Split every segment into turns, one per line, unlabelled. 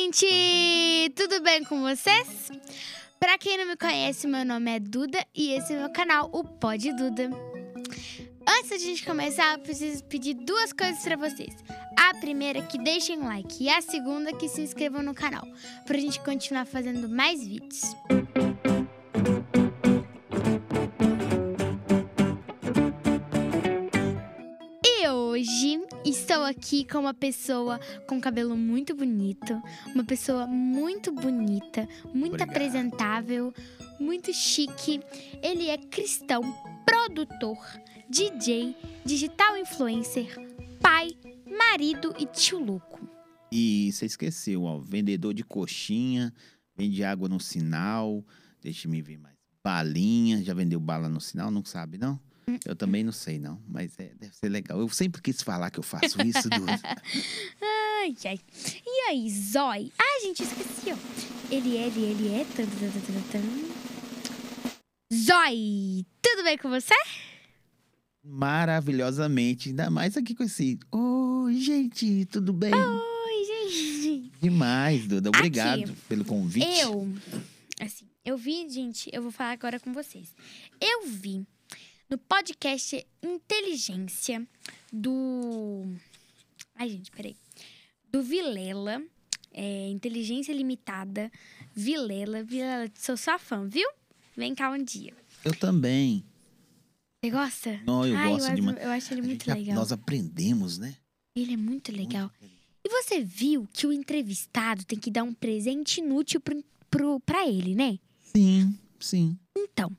gente! Tudo bem com vocês? Pra quem não me conhece, meu nome é Duda e esse é meu canal, o Pod Duda. Antes da gente começar, eu preciso pedir duas coisas pra vocês. A primeira é que deixem um like e a segunda é que se inscrevam no canal, pra gente continuar fazendo mais vídeos. E hoje estou aqui com uma pessoa com cabelo muito bonito, uma pessoa muito bonita, muito
Obrigado.
apresentável, muito chique. Ele é cristão, produtor, DJ, digital influencer, pai, marido e tio louco.
E você esqueceu, ó. Vendedor de coxinha, vende água no sinal. Deixa eu me ver mais. Balinha, já vendeu bala no sinal? Não sabe, não? Eu também não sei, não. Mas é, deve ser legal. Eu sempre quis falar que eu faço isso, Duda.
Ai, ai. E aí, Zói? Ah, gente, esqueci, ó. Ele é, ele é, ele é. Tan, tan, tan, tan, tan. Zói! Tudo bem com você?
Maravilhosamente. Ainda mais aqui com esse. Oi, gente, tudo bem?
Oi, gente.
Demais, Duda. Obrigado
Ah. Aqui.
pelo convite.
Eu, assim, eu vi, gente, eu vou falar agora com vocês. Eu vi no podcast Inteligência do. Ai, gente, peraí. Do Vilela. é, Inteligência Limitada. Vilela. Vilela, sou sua fã, viu? Vem cá um dia.
Eu também.
Você gosta?
Não, eu
Ai,
gosto
eu,
demais.
adoro- eu acho ele
A
muito
gente-
legal.
Nós aprendemos, né?
Ele é muito legal.
Muito
E você viu que o entrevistado tem que dar um presente inútil pro, pro, pra ele, né?
Sim, sim.
Então,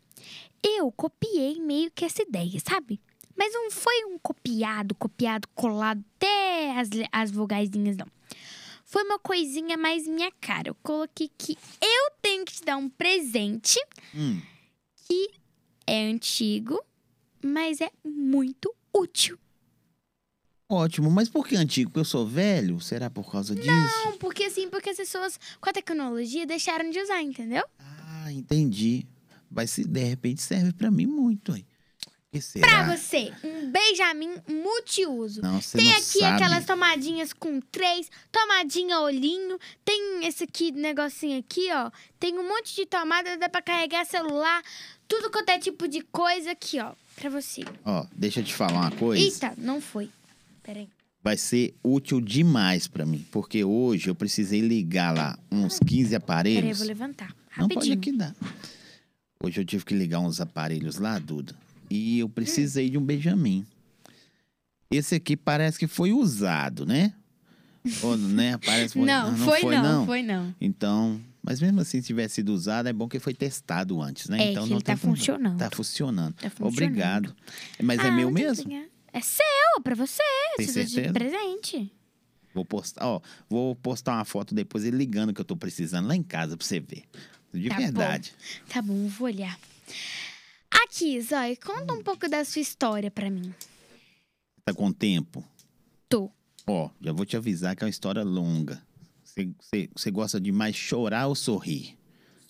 eu copiei meio que essa ideia, sabe? Mas não foi um copiado, copiado, colado até as, le- as vogaisinhas, não. Foi uma coisinha mais minha cara. Eu coloquei que eu tenho que te dar um presente.
Hum,
É antigo, mas é muito útil.
ótimo. Mas por que antigo? Porque eu sou velho? Será por causa disso?
Não, porque assim, porque as pessoas com a tecnologia deixaram de usar, entendeu?
Ah, entendi. Mas se de repente serve pra mim muito, hein? que será?
Pra você, um Benjamin multiuso.
Não, você
Tem
não
aqui
sabe.
aquelas tomadinhas com três, tomadinha olhinho, tem esse aqui negocinho aqui, ó. Tem um monte de tomada, dá pra carregar celular, tudo quanto é tipo de coisa aqui, ó, pra você.
Ó, deixa eu te falar uma coisa.
Eita, não foi. Peraí.
Vai ser útil demais pra mim, porque hoje eu precisei ligar lá uns 15
Peraí, eu
aparelhos.
vou levantar.
não pode
Rapidinho.
aqui dar. Hoje eu tive que ligar uns aparelhos lá, Duda. E eu precisei de um Benjamin. Esse aqui parece que foi usado, né? Ou, né? Parece que foi...
não, foi, não,
não.
foi não.
Então, mas mesmo assim, se tivesse sido usado, é bom que foi testado antes, né?
É
então
que
não
ele tá
tem problema.
funcionando.
Tá funcionando.
Tá funcionando.
Obrigado. Mas é
Ah,
meu
não tem
mesmo?
que- É seu, pra você.
Tem
te dou de
certeza?
presente.
Vou postar, ó, vou postar uma foto depois ele ligando que eu tô precisando lá em casa pra você ver. De
Tá bom.
verdade.
Tá bom, vou olhar. Aqui, Zói, conta um pouco da sua história pra mim.
Tá com tempo?
Tô.
Ó, já vou te avisar que é uma história longa. Você- Você você gosta de mais chorar ou sorrir?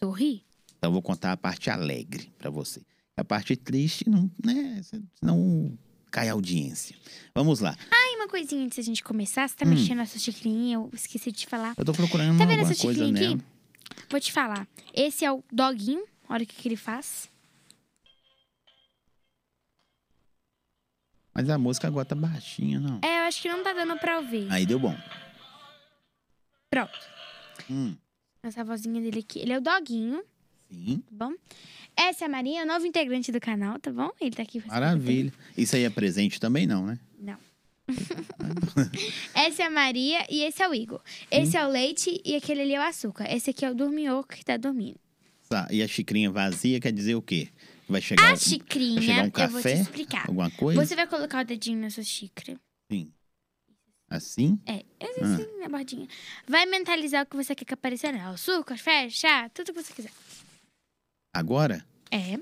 Sorri?
Então eu vou contar a parte alegre pra você. A parte triste, não, né? Senão cai a audiência. Vamos lá.
Tem uma coisinha antes da gente começar. Você tá
Hum.
mexendo na sua xicrinha, eu esqueci de te falar.
Eu tô procurando
Tá vendo
alguma
essa
coisa
xicrinha
nela.
aqui? Vou te falar. Esse é o doguinho. Olha o que, que ele faz.
Mas a música agora tá baixinha, não.
É, eu acho que não tá dando pra ouvir.
Aí deu bom.
Pronto.
Hum,
Essa vozinha dele aqui. Ele é o doguinho,
sim,
tá bom? Essa é a Maria, nova integrante do canal, tá bom? Ele tá aqui. faz pouco
maravilha. Isso aí é presente também, não, né?
tempo. Não. Essa é a Maria e esse é o Igor. Esse é o leite e aquele ali é o açúcar. Esse aqui é o dorminhoco que tá dormindo.
Tá, e a xicrinha vazia quer dizer o quê? Vai chegar
A
um-
xicrinha,
chegar um
eu vou te
café?
explicar.
alguma coisa?
Você vai colocar o dedinho na sua xícara.
Sim. Assim?
É, esse
Ah.
assim, na bordinha. Vai mentalizar o que você quer que apareça nela. Açúcar, café, chá, tudo que você quiser.
Agora?
É.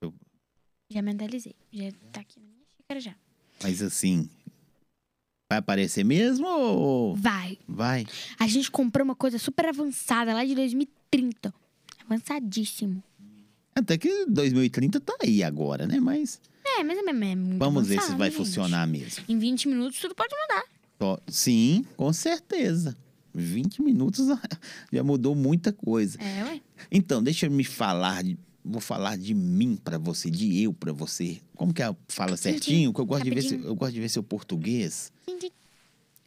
Eu-
Já mentalizei. Já tá aqui na minha xícara já.
Mas assim. Vai aparecer mesmo ou.
Vai.
Vai?
A gente comprou uma coisa super avançada lá de 2030. Avançadíssimo.
Até que 2030 tá aí agora, né? Mas
É, mas é mesmo. É muito
vamos ver se
avançado,
vai
gente.
funcionar mesmo.
Em 20 minutos tudo pode mudar.
Ó, Sim, com certeza. 20 minutos já mudou muita coisa.
É, ué.
Então, deixa eu me falar, de- vou falar de mim pra você, de eu pra você. Como que é? fala certinho? Que eu gosto de ver, se-
Rapidinho.
eu gosto de ver seu português.
Din, din.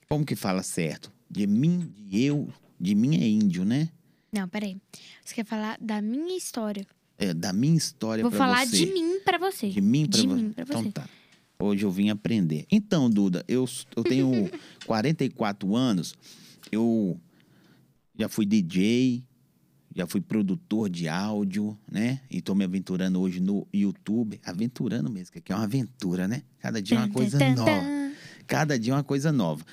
Como que fala certo? De mim, de eu, de mim é índio, né?
Não, peraí. Você quer falar da minha história?
É, da minha história
Vou
pra
falar
você.
de mim pra você.
De mim pra
De
vo-
mim pra você.
Então tá. Hoje eu vim aprender. Então, Duda, eu, s- eu tenho 44 anos. Eu já fui DJ, já fui produtor de áudio, né? E tô me aventurando hoje no YouTube. Aventurando mesmo, que aqui é uma aventura, né? Cada dia é uma
Tan,
coisa
tan,
nova.
tan.
Cada dia é uma coisa nova.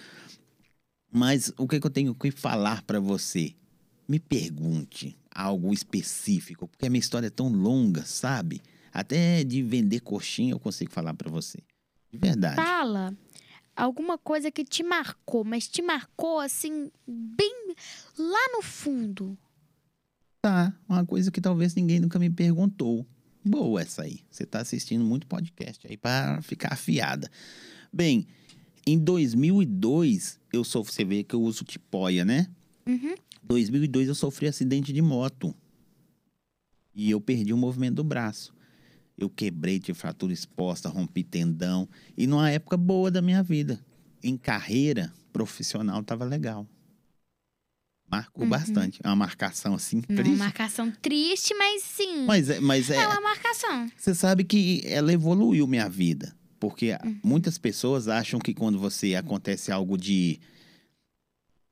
Mas o que, que eu tenho que falar pra você? Me pergunte algo específico, porque a minha história é tão longa, sabe? Até de vender coxinha eu consigo falar pra você. De verdade.
Fala alguma coisa que te marcou, mas te marcou assim, bem lá no fundo.
Tá, uma coisa que talvez ninguém nunca me perguntou. Boa essa aí. Você tá assistindo muito podcast aí pra ficar afiada. Bem, em 2002, eu sou, você vê que eu uso tipóia, né?
Uhum.
2002 eu sofri acidente de moto. E eu perdi o movimento do braço. Eu quebrei, tive fratura exposta, rompi tendão. E numa época boa da minha vida. Em carreira profissional tava legal. Marcou
Uhum.
bastante. É uma marcação assim,
Não,
triste.
marcação triste, mas sim.
Mas, é- mas
É
é,
uma marcação.
você sabe que ela evoluiu minha vida. Porque muitas pessoas acham que quando você acontece algo de,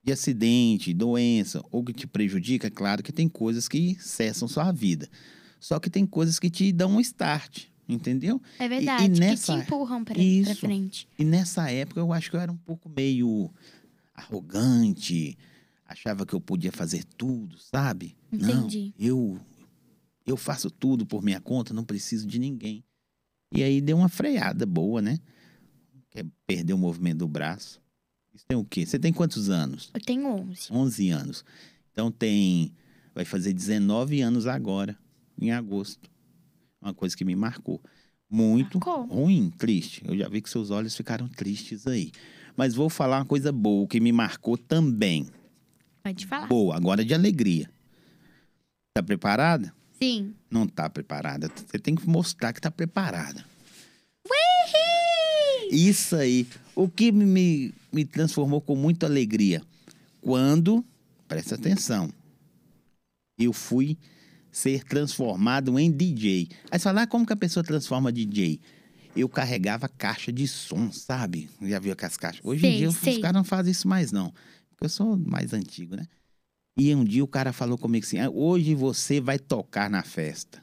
de acidente, doença, ou que te prejudica, é claro que tem coisas que cessam sua vida. Só que tem coisas que te dão um start, entendeu?
É verdade.
nessa-
Que te empurram pra, pra
Isso.
frente.
E nessa época eu acho que eu era um pouco meio arrogante, achava que eu podia fazer tudo, sabe?
Entendi.
Não, eu eu faço tudo por minha conta, não preciso de ninguém. E aí deu uma freada boa, né? Que é perder o movimento do braço. Isso tem o quê? Você tem quantos anos?
Eu tenho 11.
11 anos. Então tem vai fazer 19 anos agora, em agosto. Uma coisa que me marcou. Muito
Marcou.
ruim, triste. Eu já vi que seus olhos ficaram tristes aí. Mas vou falar uma coisa boa que me marcou também.
Pode falar.
Boa, agora de alegria. Tá preparada?
Sim.
Não tá preparada. Você tem que mostrar que tá preparada. Isso aí. O que me- me, me transformou com muita alegria? Quando, presta atenção, eu fui ser transformado em DJ. Aí você fala, "Ah, como que a pessoa transforma DJ? Eu carregava caixa de som, sabe? Já viu aquelas caixas? Hoje em
Sei,
dia os
sei.
caras não fazem isso mais, não. Porque eu sou mais antigo, né? E um dia o cara falou comigo assim: "Ah, hoje você vai tocar na festa.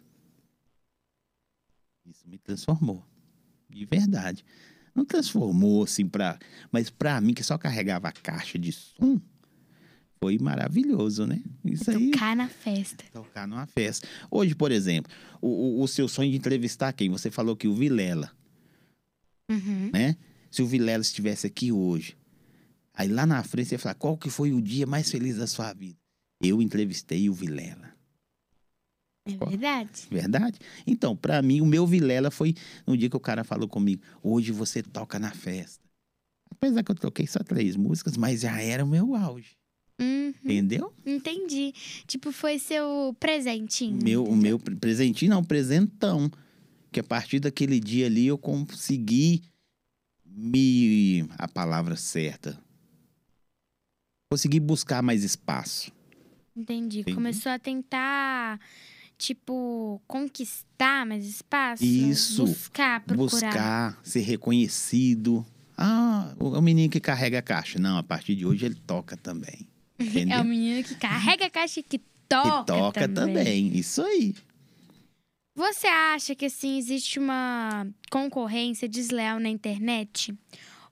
Isso me transformou. De verdade. Não transformou assim pra. Mas pra mim, que só carregava a caixa de som, foi maravilhoso, né? Isso aí.
Tocar na festa.
Tocar numa festa. Hoje, por exemplo, o, o- o seu sonho de entrevistar quem? Você falou que o Vilela,
Uhum.
né? Se o Vilela estivesse aqui hoje, aí lá na frente você ia falar, qual que foi o dia mais feliz da sua vida? Eu entrevistei o Vilela.
É verdade.
Verdade? Então, pra mim, o meu Vilela foi no dia que o cara falou comigo: hoje você toca na festa. Apesar que eu toquei só três músicas, mas já era o meu auge.
Hum,
Entendeu?
entendi. Tipo, foi seu presentinho.
Meu, o meu pre- presentinho, não, presentão. Que a partir daquele dia ali eu consegui me. a palavra certa. Consegui buscar mais espaço.
Entendi.
Entendi.
Começou a tentar, tipo, conquistar mais espaço.
Isso.
Buscar, procurar. É
buscar ser reconhecido. Ah, o, o menino que carrega a caixa. Não, a partir de hoje ele toca também. Entendeu?
É o menino que carrega a caixa e que
Que
toca,
toca também. Isso aí.
Você acha que, assim, existe uma concorrência desleal na internet?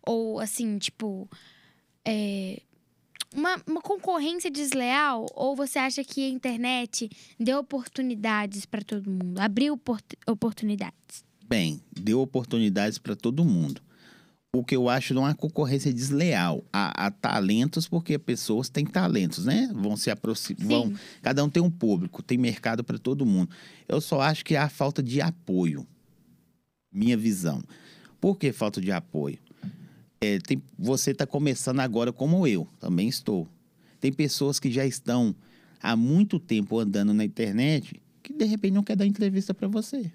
Ou, assim, tipo... é, Uma, uma concorrência desleal ou você acha que a internet deu oportunidades pra todo mundo? Abriu opor- oportunidades?
Bem, deu oportunidades para todo mundo. O que eu acho não é uma concorrência desleal. Há, há talentos, porque pessoas têm talentos, né? Vão se aproximar.
Sim.
Cada um tem um público, tem mercado para todo mundo. Eu só acho que há falta de apoio. Minha visão. Por que falta tá de apoio? É, tem- você está começando agora como eu, também estou. Tem pessoas que já estão há muito tempo andando na internet que de repente não quer dar entrevista para você.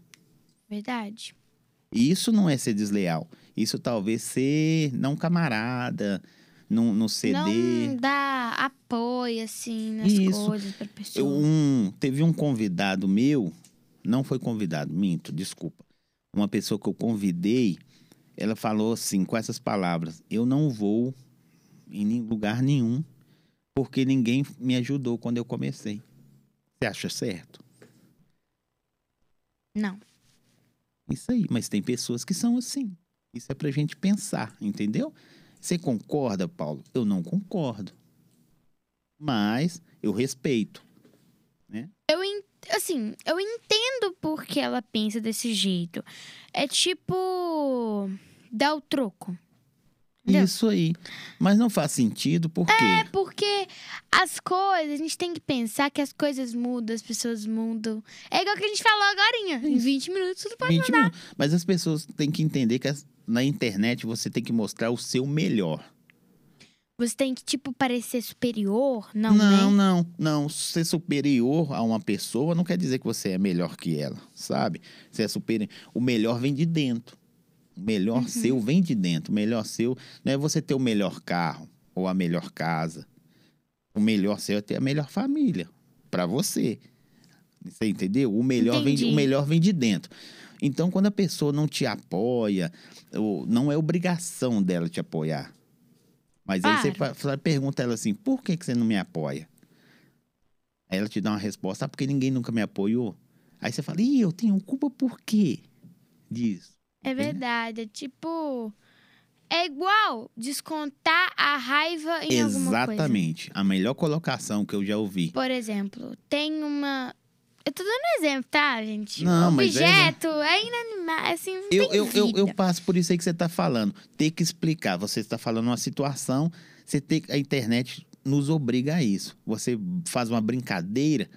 Verdade.
E isso não é ser desleal. Isso talvez ser não camarada, não, não ceder.
Não dá apoio, assim, nas
Isso.
coisas pra
Eu,
pessoa.
um, teve um convidado meu, não foi convidado, minto, desculpa. Uma pessoa que eu convidei, ela falou assim, com essas palavras: Eu não vou em nem- lugar nenhum, porque ninguém me ajudou quando eu comecei. Você acha certo?
Não.
Isso aí, mas tem pessoas que são assim. Isso é pra gente pensar, entendeu? Você concorda, Paulo? Eu não concordo. Mas eu respeito.
Eu, en- assim, eu entendo por que ela pensa desse jeito. É tipo. dar o troco. Entendeu?
Isso aí. Mas não faz sentido, por quê?
É porque as coisas, a gente tem que pensar que as coisas mudam, as pessoas mudam. É igual que a gente falou agora, em 20 minutos tudo pode
20 minutos. Mas as pessoas têm que entender que as- na internet você tem que mostrar o seu melhor.
Você tem que, tipo, parecer superior, não,
não,
né?
não, não. Ser superior a uma pessoa não quer dizer que você é melhor que ela, sabe? Você é superior. O melhor vem de dentro. O melhor
Uhum.
seu vem de dentro. O melhor seu não é você ter o melhor carro ou a melhor casa. O melhor seu é ter a melhor família para você. Você entendeu? O melhor, vem de, o
Entendi.
melhor vem de dentro. Então, quando a pessoa não te apoia, ou não é obrigação dela te apoiar. Mas aí você
Claro.
fa- fa- pergunta ela assim: por que, que você não me apoia? Aí ela te dá uma resposta: ah, porque ninguém nunca me apoiou. Aí você fala: ih, eu tenho culpa por quê disso?
É verdade, é tipo. É igual descontar a raiva em alguma coisa.
Exatamente. A melhor colocação que eu já ouvi.
Por exemplo, tem uma. Eu tô dando exemplo, tá, gente?
Não, mas é, né?
Objeto, é, inanimado, assim, não
Eu,
tem
eu, eu,
vida.
eu passo por isso aí que você está falando. Ter que explicar. Você está falando uma situação, você tem, a internet nos obriga a isso. Você faz uma brincadeira,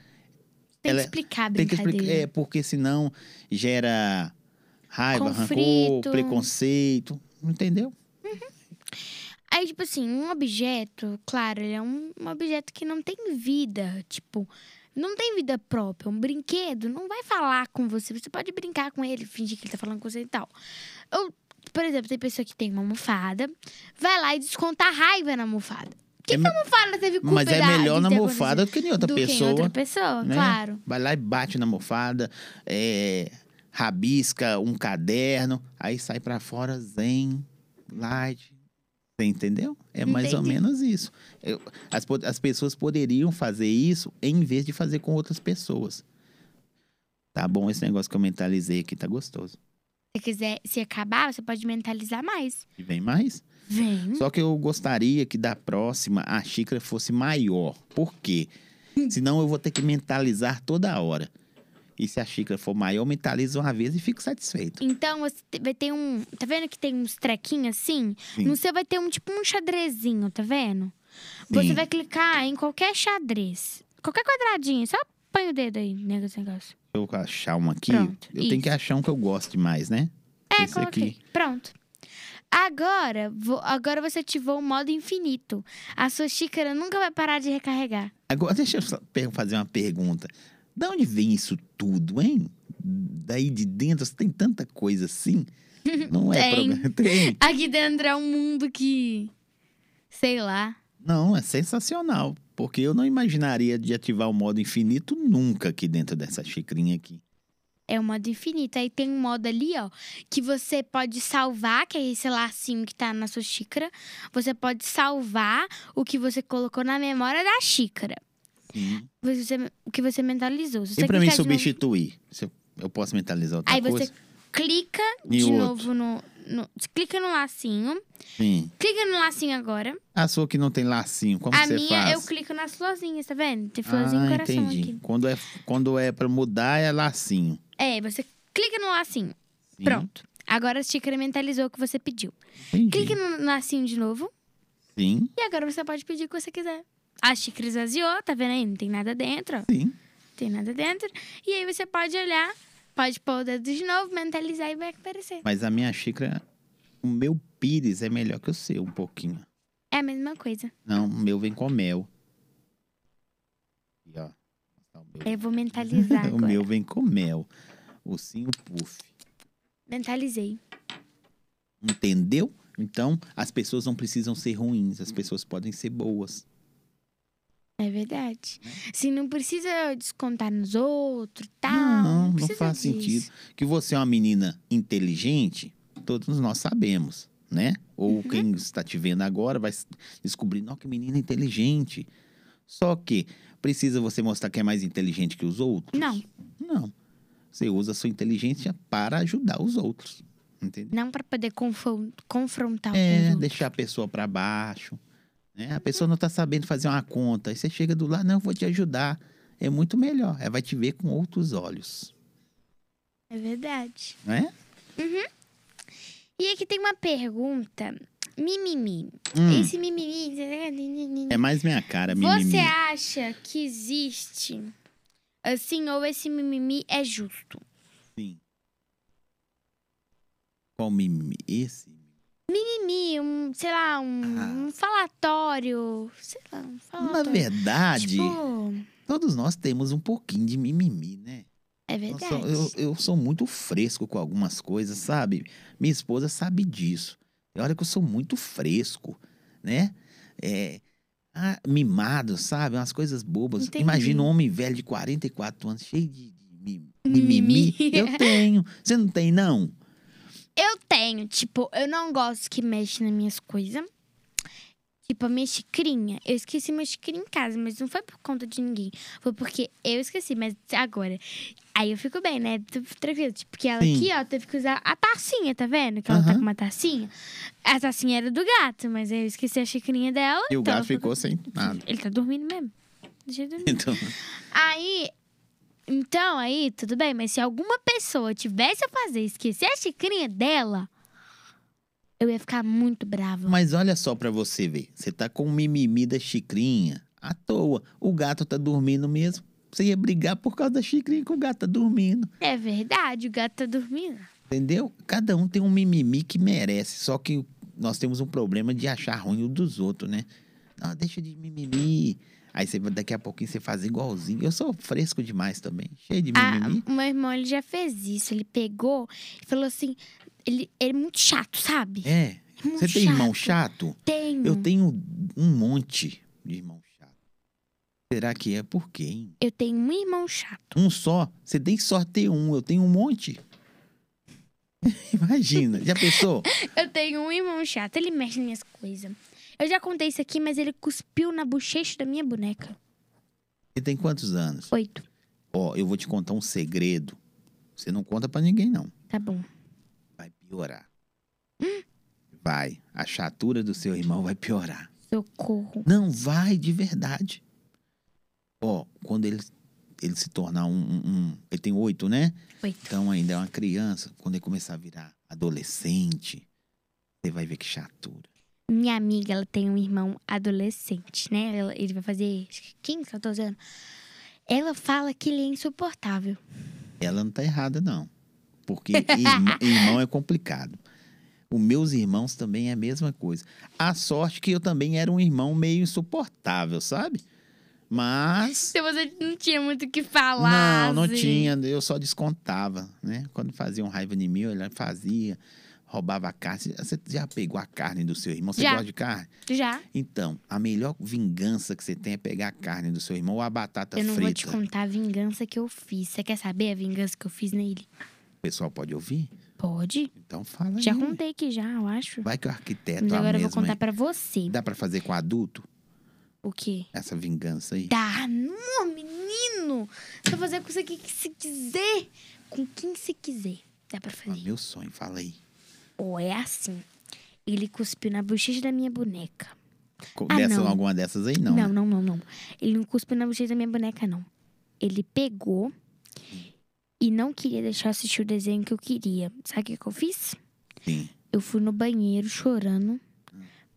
Tem
ela- é,
que explicar a
tem que
brincadeira.
explicar. É, porque senão gera raiva,
Conflito.
rancor, preconceito. Entendeu?
Aí, tipo assim, um objeto, claro, ele é um, um objeto que não tem vida, tipo, não tem vida própria. Um brinquedo não vai falar com você. Você pode brincar com ele, fingir que ele tá falando com você e tal. Ou, por exemplo, tem pessoa que tem uma almofada, vai lá e desconta a raiva na almofada. Que
É
que
me-
a almofada teve culpa
Mas é
da-
melhor
de
na
ter
mofada do que em
acontecido
outra
do que em
pessoa.
outra pessoa,
né?
claro.
Vai lá e bate na mofada, é, rabisca um caderno, aí sai pra fora zen, light. Você entendeu? É mais ou
Entendi.
menos isso. Eu- as, po- as pessoas poderiam fazer isso em vez de fazer com outras pessoas. Tá bom esse negócio que eu mentalizei aqui, tá gostoso.
Se quiser, se acabar, você pode mentalizar mais.
E vem mais?
Vem.
Só que eu gostaria que da próxima a xícara fosse maior. Por quê?
Hum.
Senão eu vou ter que mentalizar toda hora. E se a xícara for maior, eu mentalizo uma vez e fico satisfeito.
Então, você te- vai ter um. Tá vendo que tem uns trequinhos assim?
Sim.
No seu vai ter um tipo um xadrezinho, tá vendo?
Sim.
Você vai clicar em qualquer xadrez. Qualquer quadradinho. Só põe o dedo aí, nega, esse negócio.
Eu vou achar um aqui.
Pronto,
eu tenho
isso.
que achar um que eu goste mais, né?
É,
Esse
coloquei.
aqui.
Pronto. Agora, vo- agora você ativou o modo infinito. A sua xícara nunca vai parar de recarregar.
Agora, deixa eu só per- fazer uma pergunta. Da onde vem isso tudo, hein? Daí de dentro, você tem tanta coisa assim? Não é
Tem.
problema. Tem.
Aqui dentro é um mundo que. Sei lá.
Não, é sensacional. Porque eu não imaginaria de ativar o modo infinito nunca aqui dentro dessa xicrinha aqui.
É o modo infinito. Aí tem um modo ali, ó, que você pode salvar, que é esse lacinho que tá na sua xícara. Você pode salvar o que você colocou na memória da xícara.
Sim.
Você- o que você mentalizou. Se você
E pra mim
clicar de novo-
substituir? Se eu, eu posso mentalizar outra
Aí
coisa?
você clica
E
de
outro?
novo no, no- você Clica no lacinho.
Sim.
Clica no lacinho agora.
A sua que não tem lacinho, como
a
que você
minha,
faz?
eu clico nas florzinhas, tá vendo? Tem florzinho e
ah,
coração
entendi.
aqui.
Quando é, quando é pra mudar, é lacinho.
É, você clica no lacinho.
Sim,
Pronto. Agora a xícara mentalizou o que você pediu.
Entendi.
Clique no lacinho de novo.
Sim,
E agora você pode pedir o que você quiser. A xícara esvaziou, tá vendo aí? Não tem nada dentro, ó.
sim.
Não tem nada dentro. E aí você pode olhar, pode pôr o dedo de novo, mentalizar e vai aparecer.
Mas a minha xícara, o meu pires é melhor que o seu, um pouquinho.
É a mesma coisa.
Não, o meu vem com mel. Aqui, ó. Mostrar o meu.
Aí eu vou mentalizar
O
agora.
meu vem com mel. Ursinho puff.
Mentalizei.
Entendeu? Então, as pessoas não precisam ser ruins, as pessoas podem ser boas.
É verdade. Se não precisa descontar nos outros e tal.
Né? não, não
precisa
faz
disso.
sentido. Que você é uma menina inteligente, todos nós sabemos, né? Ou
Uhum.
quem está te vendo agora vai s- descobrir, não, que menina inteligente. Só que precisa você mostrar que é mais inteligente que os outros?
Não.
Não. Você usa a sua inteligência para ajudar os outros. Entendeu?
Não pra poder confon- confrontar o
É,
outro.
deixar a pessoa para baixo. né? A pessoa não tá sabendo fazer uma conta. Aí você chega do lado, não, eu vou te ajudar. É muito melhor. Ela vai te ver com outros olhos.
É verdade.
Não é?
E aqui tem uma pergunta. Mimimi.
Hum,
Esse mimimi. tá-
é mais minha cara, mimimi.
Você acha que existe assim ou esse mimimi é justo?
Sim. Qual mimimi? Esse?
Mimimi, um, sei lá, um,
Ah.
um falatório, sei lá, um
Na
falatório.
verdade,
Tipo,
todos nós temos um pouquinho de mimimi, né?
é
Eu
verdade.
sou, eu, eu sou muito fresco com algumas coisas, sabe? Minha esposa sabe disso. E olha que eu sou muito fresco, né? É, ah, mimado, sabe? Umas coisas bobas.
Entendi.
Imagina um homem velho de 44 anos, cheio de, de, mi- de
Mimimi. Então.
mimimi. Eu tenho. Você não tem, não?
Eu tenho, tipo, eu não gosto que mexe nas minhas coisas. Tipo, a minha xicrinha. Eu esqueci minha xicrinha em casa, mas não foi por conta de ninguém. Foi porque eu esqueci, mas agora. Aí eu fico bem, né? Tô Tranquilo. Tipo, porque ela
Sim.
aqui, ó, teve que usar a tacinha, tá vendo? Que ela tá
Aham.
com uma tacinha. A tacinha era do gato, mas aí eu esqueci a xicrinha dela.
E o
então
gato
ela
ficou sem nada.
Ele tá dormindo mesmo. Deixa ele dormir.
Então,
Aí. Então, aí, tudo bem, mas se alguma pessoa tivesse a fazer esquecer a xicrinha dela, eu ia ficar muito brava.
mas olha só pra você ver. Você tá com o mimimi da xicrinha à toa. O gato tá dormindo mesmo. Você ia brigar por causa da xicrinha que o gato tá dormindo.
É verdade, o gato tá dormindo.
Entendeu? Cada um tem um mimimi que merece. Só que nós temos um problema de achar ruim o dos outros, né? Não, deixa de mimimi. Aí você, vai- daqui a pouquinho você faz igualzinho. Eu sou fresco demais também, cheio de
Ah,
mimimi.
o meu irmão, ele já fez isso. Ele pegou e falou assim... Ele, ele é muito chato, sabe?
é.
É muito
Você tem irmão chato?
Tenho.
Eu tenho um monte de irmão chato. Será que é por quê, hein?
Eu tenho um irmão chato.
Um só? Você tem que só ter um. Eu tenho um monte. Imagina. Já pensou?
Eu tenho um irmão chato. Ele mexe nas minhas coisas. Eu já contei isso aqui, mas ele cuspiu na bochecha da minha boneca.
Você tem quantos anos?
Oito.
Ó, eu vou te contar um segredo. Você não conta pra ninguém, não.
Tá bom.
Vai piorar. Vai. A chatura do seu irmão vai piorar.
Socorro.
Não vai de verdade. Ó, quando ele, ele se tornar um, um- um- Ele tem oito, né?
Oito.
Então ainda é uma criança. Quando ele começar a virar adolescente, você vai ver que chatura.
Minha amiga, ela tem um irmão adolescente, né? Ela- ele vai fazer acho que 15, 14 anos. Ela fala que ele é insuportável.
Ela não tá errada, não. Porque irmão, irmão é complicado. Os meus irmãos também é a mesma coisa. A sorte que eu também era um irmão meio insuportável, sabe? Mas.
Se você não tinha muito o que falar.
Não, não
assim.
tinha. Eu só descontava, né? Quando faziam raiva em mim, eu olhava, fazia, roubava a carne. Você já pegou a carne do seu irmão? Você
Já.
gosta de carne?
Já.
Então, a melhor vingança que você tem é pegar a carne do seu irmão ou a batata
eu não vou te
Tá frita.
contar a vingança que eu fiz. Você quer saber a vingança que eu fiz nele?
O pessoal pode ouvir?
Pode?
Então fala
Já
aí. ué.
contei aqui já, eu acho.
Vai que o arquiteto
Mas
é a
agora eu vou
mesma,
contar
hein?
pra você.
Dá pra fazer com adulto
O quê?
essa vingança aí?
Dá, não, menino! Você vai fazer com você o que você quiser. Com quem você quiser. Dá pra
Ah,
fazer.
meu sonho, fala aí.
Ou é assim. Ele cuspiu na bochecha da minha boneca.
Co-
Ah,
Dessa,
não.
Alguma dessas aí, não.
Não,
né?
não, não, não. Ele não cuspiu na bochecha da minha boneca, não. Ele pegou e não queria deixar eu assistir o desenho que eu queria. Sabe o que, que eu fiz?
Sim.
Eu fui no banheiro chorando,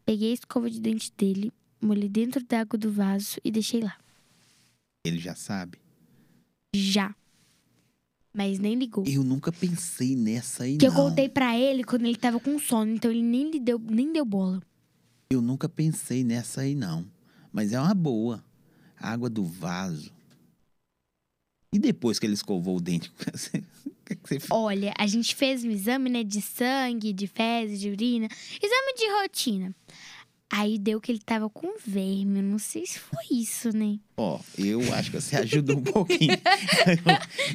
peguei a escova de dente dele, molhei dentro da água do vaso e deixei lá.
Ele já sabe.
Já. Mas nem ligou.
Eu nunca pensei nessa aí,
Que eu
não.
contei pra ele quando ele tava com sono, então ele nem lhe deu, nem deu bola.
Eu nunca pensei nessa aí, não. Mas é uma boa. A água do vaso E depois que ele escovou o dente, o que, que você fez?
Olha, a gente fez um exame, né, de sangue, de fezes, de urina, exame de rotina. Aí deu que ele tava com verme, eu não sei se foi isso, né?
Ó, eu acho que você ajudou um pouquinho.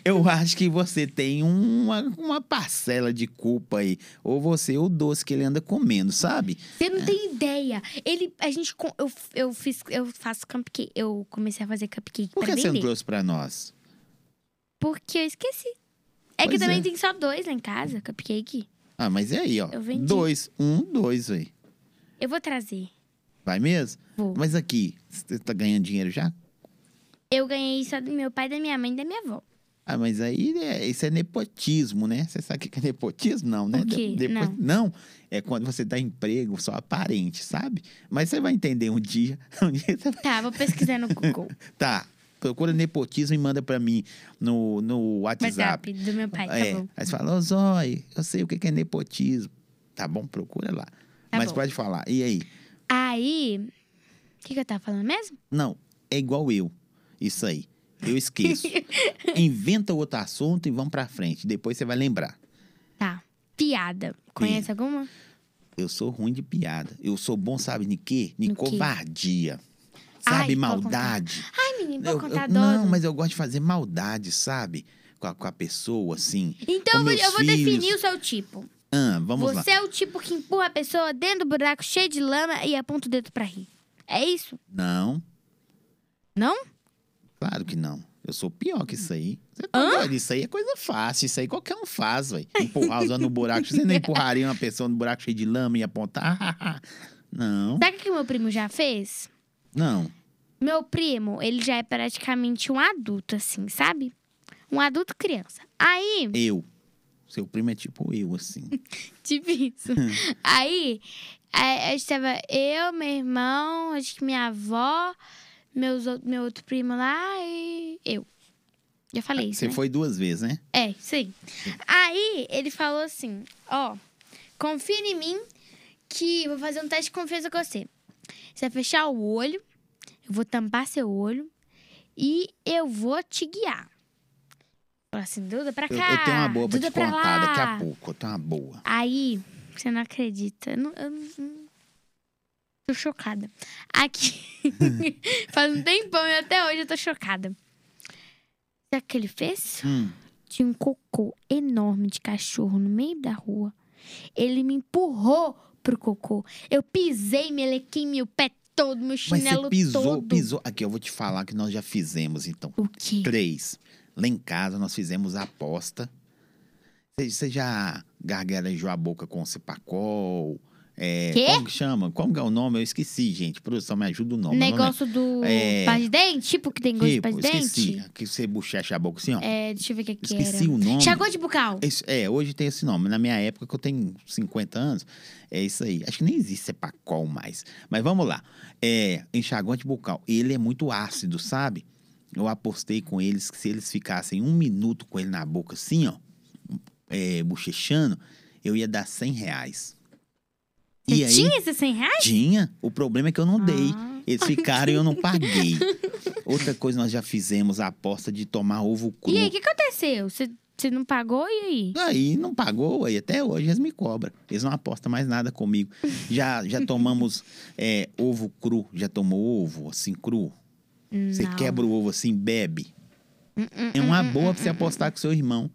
Eu, eu acho que você tem uma, uma parcela de culpa aí. Ou você, ou o doce que ele anda comendo, sabe?
Você não tem ideia. Ele, a gente, com- eu, eu fiz, eu faço cupcake, eu comecei a fazer cupcake
Por
pra
que você não
vender.
trouxe pra nós?
Porque eu esqueci. É que
Pois
também
é.
tem só dois lá em casa, cupcake.
Ah, mas e aí, ó?
Eu vendi.
Dois, um, dois, velho.
Eu vou trazer.
Vai mesmo?
Vou.
Mas aqui, você tá ganhando dinheiro já?
Eu ganhei só do meu pai, da minha mãe e da minha avó.
Ah, mas aí é, isso é nepotismo, né? Você sabe o que é nepotismo? Não, né?
O quê?
depois, não. é quando você dá emprego só aparente, sabe? Mas você vai entender um dia. Um dia você...
Tá, vou pesquisar no Google.
Tá, procura nepotismo e manda pra mim no, no WhatsApp.
WhatsApp do meu pai, tá
é.
bom.
Aí você fala, ô Zói, eu sei o que que é nepotismo. Tá bom, procura lá.
Tá
mas
bom.
pode falar. E aí?
Aí, o que, que eu tava falando mesmo?
Não, é igual eu. Isso aí. Eu esqueço. Inventa outro assunto e vamos pra frente. Depois você vai lembrar.
Tá, piada. Conhece alguma?
Eu sou ruim de piada. Eu sou bom, sabe, de quê? De
No quê?
covardia. Sabe,
Ai, pode
maldade.
Ai, menino, vou
Eu- eu-
contar dois.
não, mas eu gosto de fazer maldade, sabe? Com a, com a pessoa, assim.
Então, eu
com
vou-
meus
eu vou
filhos.
definir o seu tipo.
Ah, vamos lá.
Você é o tipo que empurra a pessoa dentro do buraco cheio de lama e aponta o dedo pra rir. É isso?
Não,
Não?
claro que não. Eu sou pior que isso aí. Você tá doido? Isso aí é coisa fácil. Isso aí qualquer um faz, velho. Empurrar usando no buraco. Você
É.
não empurraria uma pessoa no buraco cheio de lama e apontar? não,
Sabe o que meu primo já fez?
não.
Meu primo, ele já é praticamente um adulto, assim, sabe? Um adulto criança. Aí,
Eu. Seu primo é tipo eu, assim.
tipo isso. Aí, a, a gente tava eu, meu irmão, acho que minha avó, meus, ou- meu outro primo lá e eu. Já falei isso,
Você
né?
foi duas vezes, né?
É, isso aí. Aí ele falou assim: Ó, confia em mim que eu vou fazer um teste de confiança com você. Você vai fechar o olho, eu vou tampar seu olho e eu vou te guiar. Fala assim: Duda pra cá.
Eu, eu tenho uma boa pra
Duda
te contar
lá.
daqui a pouco. Eu tenho uma boa.
Aí, você não acredita. Eu não, eu não- não- Tô chocada. Aqui. Faz um tempão e até hoje eu tô chocada. Sabe o que ele fez?
Hum.
Tinha um cocô enorme de cachorro no meio da rua. Ele me empurrou pro cocô. Eu pisei, melequei meu pé todo, meu
Mas você
chinelo
pisou,
todo.
pisou. Aqui, eu vou te falar que nós já fizemos, então.
O quê?
Três. Lá em casa, nós fizemos a aposta. Você- Você já gargarejou a boca com cepacol? É,
Quê?
Como que chama? Como que é o nome? Eu esqueci, gente. Produção, me ajuda o nome. O nome é-
Negócio do
É.
pás de dente? Tipo que tem gosto de pás
Tipo,
de dente?
esqueci. Que você bochecha a boca assim, ó.
É, deixa eu ver o que, que era.
esqueci o nome.
Chagou de bucal.
Isso- é, hoje tem esse nome. Na minha época, que eu tenho 50 anos, é isso aí. Acho que nem existe Cepacol mais. Mas vamos lá. É, enxaguante bucal. Ele é muito ácido, sabe? Eu apostei com eles que se eles ficassem um minuto com ele na boca, assim, ó, é, bochechando, eu ia dar 100 reais.
Você tinha esses 100 reais?
Tinha. O problema é que eu não dei.
Ah.
Eles ficaram e eu não paguei. Outra coisa, nós já fizemos a aposta de tomar ovo cru.
E aí, o que aconteceu? Você você não pagou e aí?
Aí não pagou, aí até hoje eles me cobram. Eles não apostam mais nada comigo. Já, já tomamos é, ovo cru. Já tomou ovo, assim, cru? Você
Não. Hum,
quebra o ovo assim, bebe. É uma boa pra você apostar com seu irmão.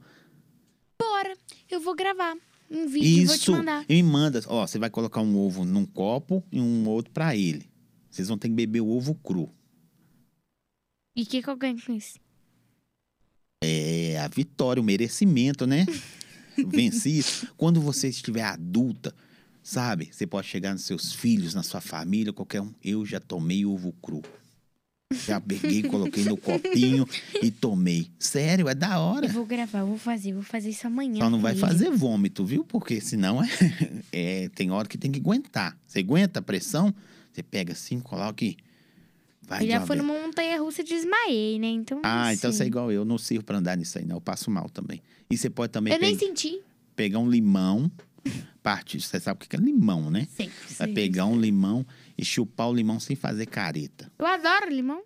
Eu vou gravar um vídeo e vou te
Isso.
mandar.
E me manda. Ó, você vai colocar um ovo num copo e um outro pra ele. Vocês vão ter que beber o ovo cru.
E o que, que eu ganho com isso?
É a vitória, o merecimento, né? Venci isso. Quando você estiver adulta, sabe? Você pode chegar nos seus filhos, na sua família, qualquer um. Eu já tomei ovo cru. Já peguei, coloquei no copinho e tomei. Sério, é da
Eu
hora.
vou gravar, eu vou fazer, eu vou fazer isso amanhã.
Só não
com
vai
ele.
fazer vômito, viu? Porque senão é, é- tem hora que tem que aguentar. Você aguenta a pressão, você pega assim, coloca e vai
Eu
de
já
uma
fui
vez.
numa montanha russa e desmaiei, né? Então.
Ah, então
assim,
você é igual eu. Eu não sirvo pra andar nisso aí, não. Eu passo mal também. E você pode também
Eu
pegar-
nem senti.
pegar um limão, parte, você sabe o que é limão, né?
Sei,
Vai
sei.
pegar um limão e chupar o limão sem fazer careta.
Eu adoro limão.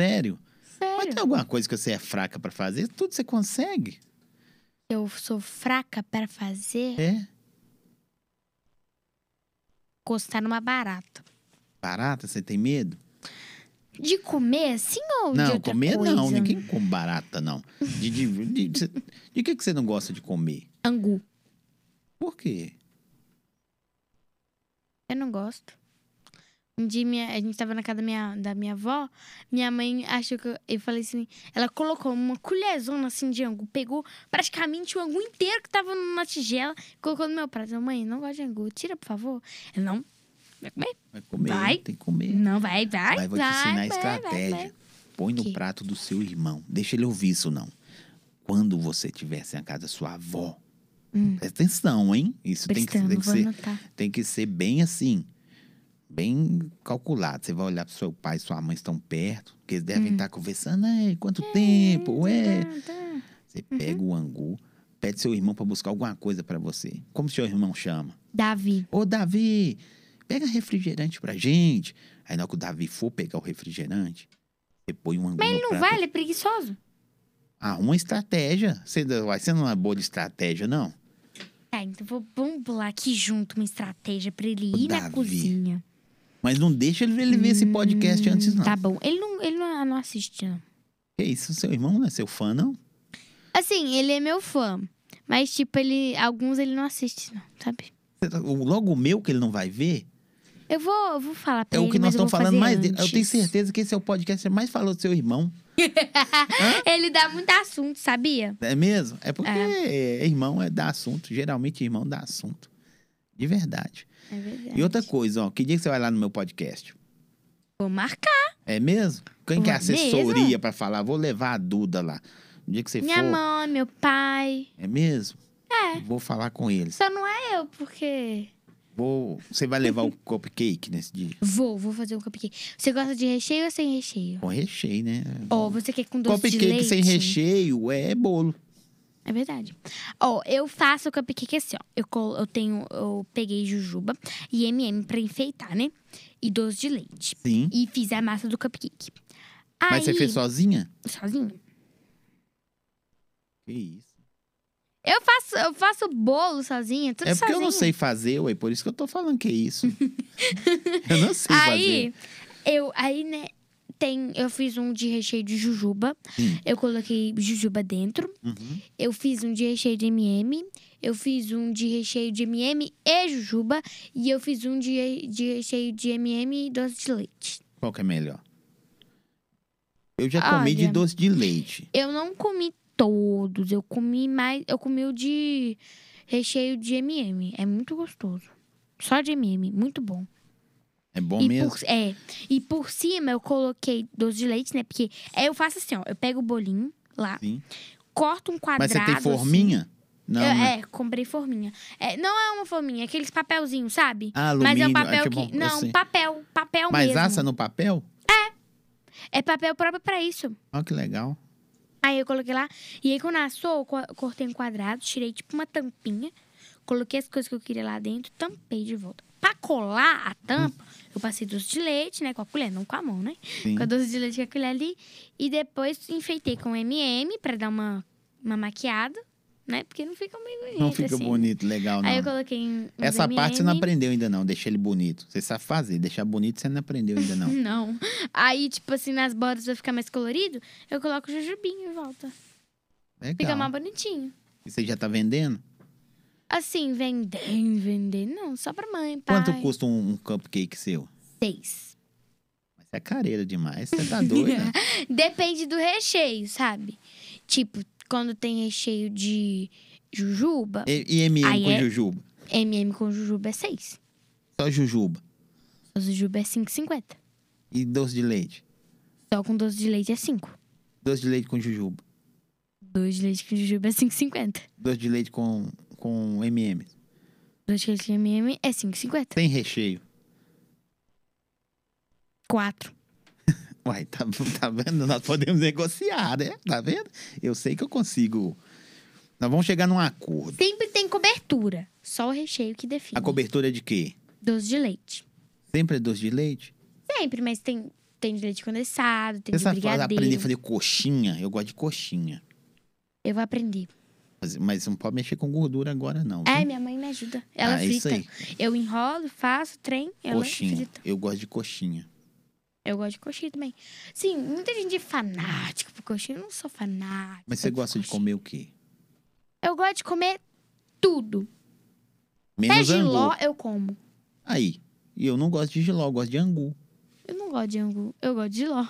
Sério? Mas
sério.
tem alguma coisa que você é fraca pra fazer? Tudo você consegue.
Eu sou fraca pra fazer
É.
encostar numa barata.
Barata, você tem medo?
De comer, assim ou de
não,
outra
comer
coisa?
não. Ninguém come barata, não. De, de, de, de, de que, que você não gosta de comer?
Angu.
Por quê?
Eu não gosto. Um dia minha- a gente tava na casa da minha, da minha avó, minha mãe achou que eu, eu falei assim, ela colocou uma colherzona assim de angu, pegou praticamente o angu inteiro que tava na tigela, colocou no meu prato. Eu, mãe, não gosto de angu, tira por favor. Ela, não, vai comer.
Vai comer,
Vai.
tem que comer.
Não, vai, vai, vai.
Mas vou te ensinar a
vai, vai,
estratégia.
vai.
Põe no
Que?
prato do seu irmão. Deixa ele ouvir isso, não. Quando você estiver sem a casa da sua avó, presta atenção, hein? Isso tem que,
Hum. Prestando,
tem que
vou
ser,
anotar.
tem que ser bem assim, bem calculado. Você vai olhar pro seu pai e sua mãe estão perto, porque eles
Hum.
devem estar conversando, "Ei, quanto
É,
tempo, ué. Você pega
Uhum.
o angu, pede seu irmão para buscar alguma coisa para você. Como seu irmão chama?
Davi.
Ô, Davi, pega refrigerante pra gente. Aí na hora que o Davi for pegar o refrigerante, você põe um angu
Mas
no
ele não
prato.
vai, ele é preguiçoso.
Arruma estratégia. Você, uai, você não é boa de estratégia, não?
Tá, então vou, vamos pular aqui junto uma estratégia pra ele ir na
Davi.
cozinha.
Mas não deixa ele ele ver esse podcast antes, não.
Tá bom. Ele não, ele não, não assiste, não.
Que isso, seu irmão não é seu fã, não?
Assim, ele é meu fã. Mas, tipo, ele. Alguns ele não assiste, não, sabe?
Você tá- o- Logo o meu que ele não vai ver
Eu vou, eu vou falar pra
é
ele.
o que
mas
nós
eu vou
estamos falando
fazer
mais dele. Eu
antes.
tenho certeza que esse é o podcast que mais falou do seu irmão.
Ele dá muito assunto, sabia?
É mesmo? É porque é, irmão é dá assunto. Geralmente irmão dá assunto. De verdade.
É verdade.
E outra coisa, ó. Que dia que você vai lá no meu podcast?
Vou marcar.
É mesmo? Quem quer
Ué,
assessoria
mesmo?
pra falar? Vou levar a Duda lá. No dia que você
Minha
for.
mãe, meu pai.
É mesmo? É. Vou falar com eles.
Só não é eu, porque.
Vou... Você vai levar o cupcake nesse dia?
Vou, vou fazer o cupcake. Você gosta de recheio ou sem recheio?
Com recheio, né?
Ó, você quer com doce
cupcake
de leite?
sem recheio é bolo.
É verdade. Ó, eu faço cupcake assim, ó. Eu, col- eu tenho, eu peguei jujuba e M&M pra enfeitar, né? E doce de leite.
Sim.
E fiz a massa do cupcake. Aí,
Mas você fez sozinha?
sozinho.
Que isso.
Eu faço, eu faço bolo sozinha, tudo
é porque eu não
sozinha.
sei fazer, ué. Por isso que eu tô falando que é isso. eu não sei
Aí, eu, aí, né, tem, eu fiz um de recheio de jujuba.
Sim.
Eu coloquei jujuba dentro.
fazer. Uhum.
Eu fiz um de recheio de MM. Eu fiz um de recheio de MM e jujuba. E eu fiz um de, de recheio de MM e doce de leite.
Qual que é melhor? Eu já comi de
Olha.
doce de leite.
Eu não comi todos. Eu comi mais... Eu comi o de recheio de MM. É muito gostoso. Só de MM. Muito bom.
É bom
E
mesmo?
por, é. E por cima eu coloquei doce de leite, né? Porque é, eu faço assim, ó. Eu pego o bolinho lá,
Sim.
corto um quadrado.
Mas você tem
assim.
forminha? Não,
Eu-
né?
é, comprei forminha. É, não é uma forminha, é aqueles papelzinhos, sabe?
Ah, alumínio.
Mas é um
ah,
papel
tipo,
que. Não,
assim.
papel. Papel
Mas
mesmo.
assa no papel?
É papel próprio pra isso.
Olha que legal.
Aí eu coloquei lá. E aí quando assou, eu co- cortei em quadrado, tirei tipo uma tampinha, coloquei as coisas que eu queria lá dentro, tampei de volta. Pra colar a tampa, eu passei doce de leite, né? Com a colher, não com a mão, né?
Sim.
Com a doce de leite com a colher ali. E depois enfeitei com MM pra dar uma, uma maquiada, né? Porque não fica meio bonito.
Não fica
assim.
bonito, legal, não.
Aí eu coloquei um
Essa parte você não
M&M.
aprendeu ainda, não. Deixa ele bonito. Você sabe fazer. Deixar bonito você não aprendeu ainda, não.
Não. Aí, tipo assim, nas bordas vai ficar mais colorido, eu coloco o jujubinho e volta. Fica mais
Legal.
bonitinho.
E você já tá vendendo?
Assim, vendendo, vendendo. Não, só pra mãe, pai.
Quanto custa um, um cupcake seu?
Seis.
Mas Você é careira demais. Você tá doida.
Depende do recheio, sabe? Tipo, quando tem recheio de jujuba,
e, e MM
Aí
com
é-
jujuba?
MM com jujuba é seis.
Só jujuba.
Só jujuba é 5,50.
E doce de leite?
Só com doce de leite é 5.
Doce de leite com jujuba.
Doce de leite com jujuba é 5,50.
Doce de leite com, com MM.
Doce de leite com MM é 5,50.
Sem recheio.
4.
Uai, tá, tá vendo? Nós podemos negociar, né? Tá vendo? Eu sei que eu consigo. Nós vamos chegar num acordo.
Sempre tem cobertura. Só o recheio que define.
A cobertura é de quê?
Doce de leite.
Sempre é doce de leite?
Sempre, mas tem Tem de leite condensado, tem
Você
de
sabe fazer-
brigadeiro.
aprender a fazer coxinha? Eu gosto de coxinha.
Eu vou aprender.
Mas- Mas não pode mexer com gordura agora, não. viu?
É, minha mãe me ajuda. Ela
Uhum. Ah, é isso
frita.
aí.
Eu enrolo, faço, trem, ela
coxinha.
frita.
Eu gosto de coxinha.
Eu gosto de coxinha também. Sim, muita gente é fanática por coxinha. Eu não sou fanática.
Mas você
por
gosta de
coxinha.
comer o quê?
Eu gosto de comer tudo. Até
Menos
giló
angu.
eu como.
Aí. E eu não gosto de giló, eu gosto de angu.
Eu não gosto de angu, eu gosto de giló.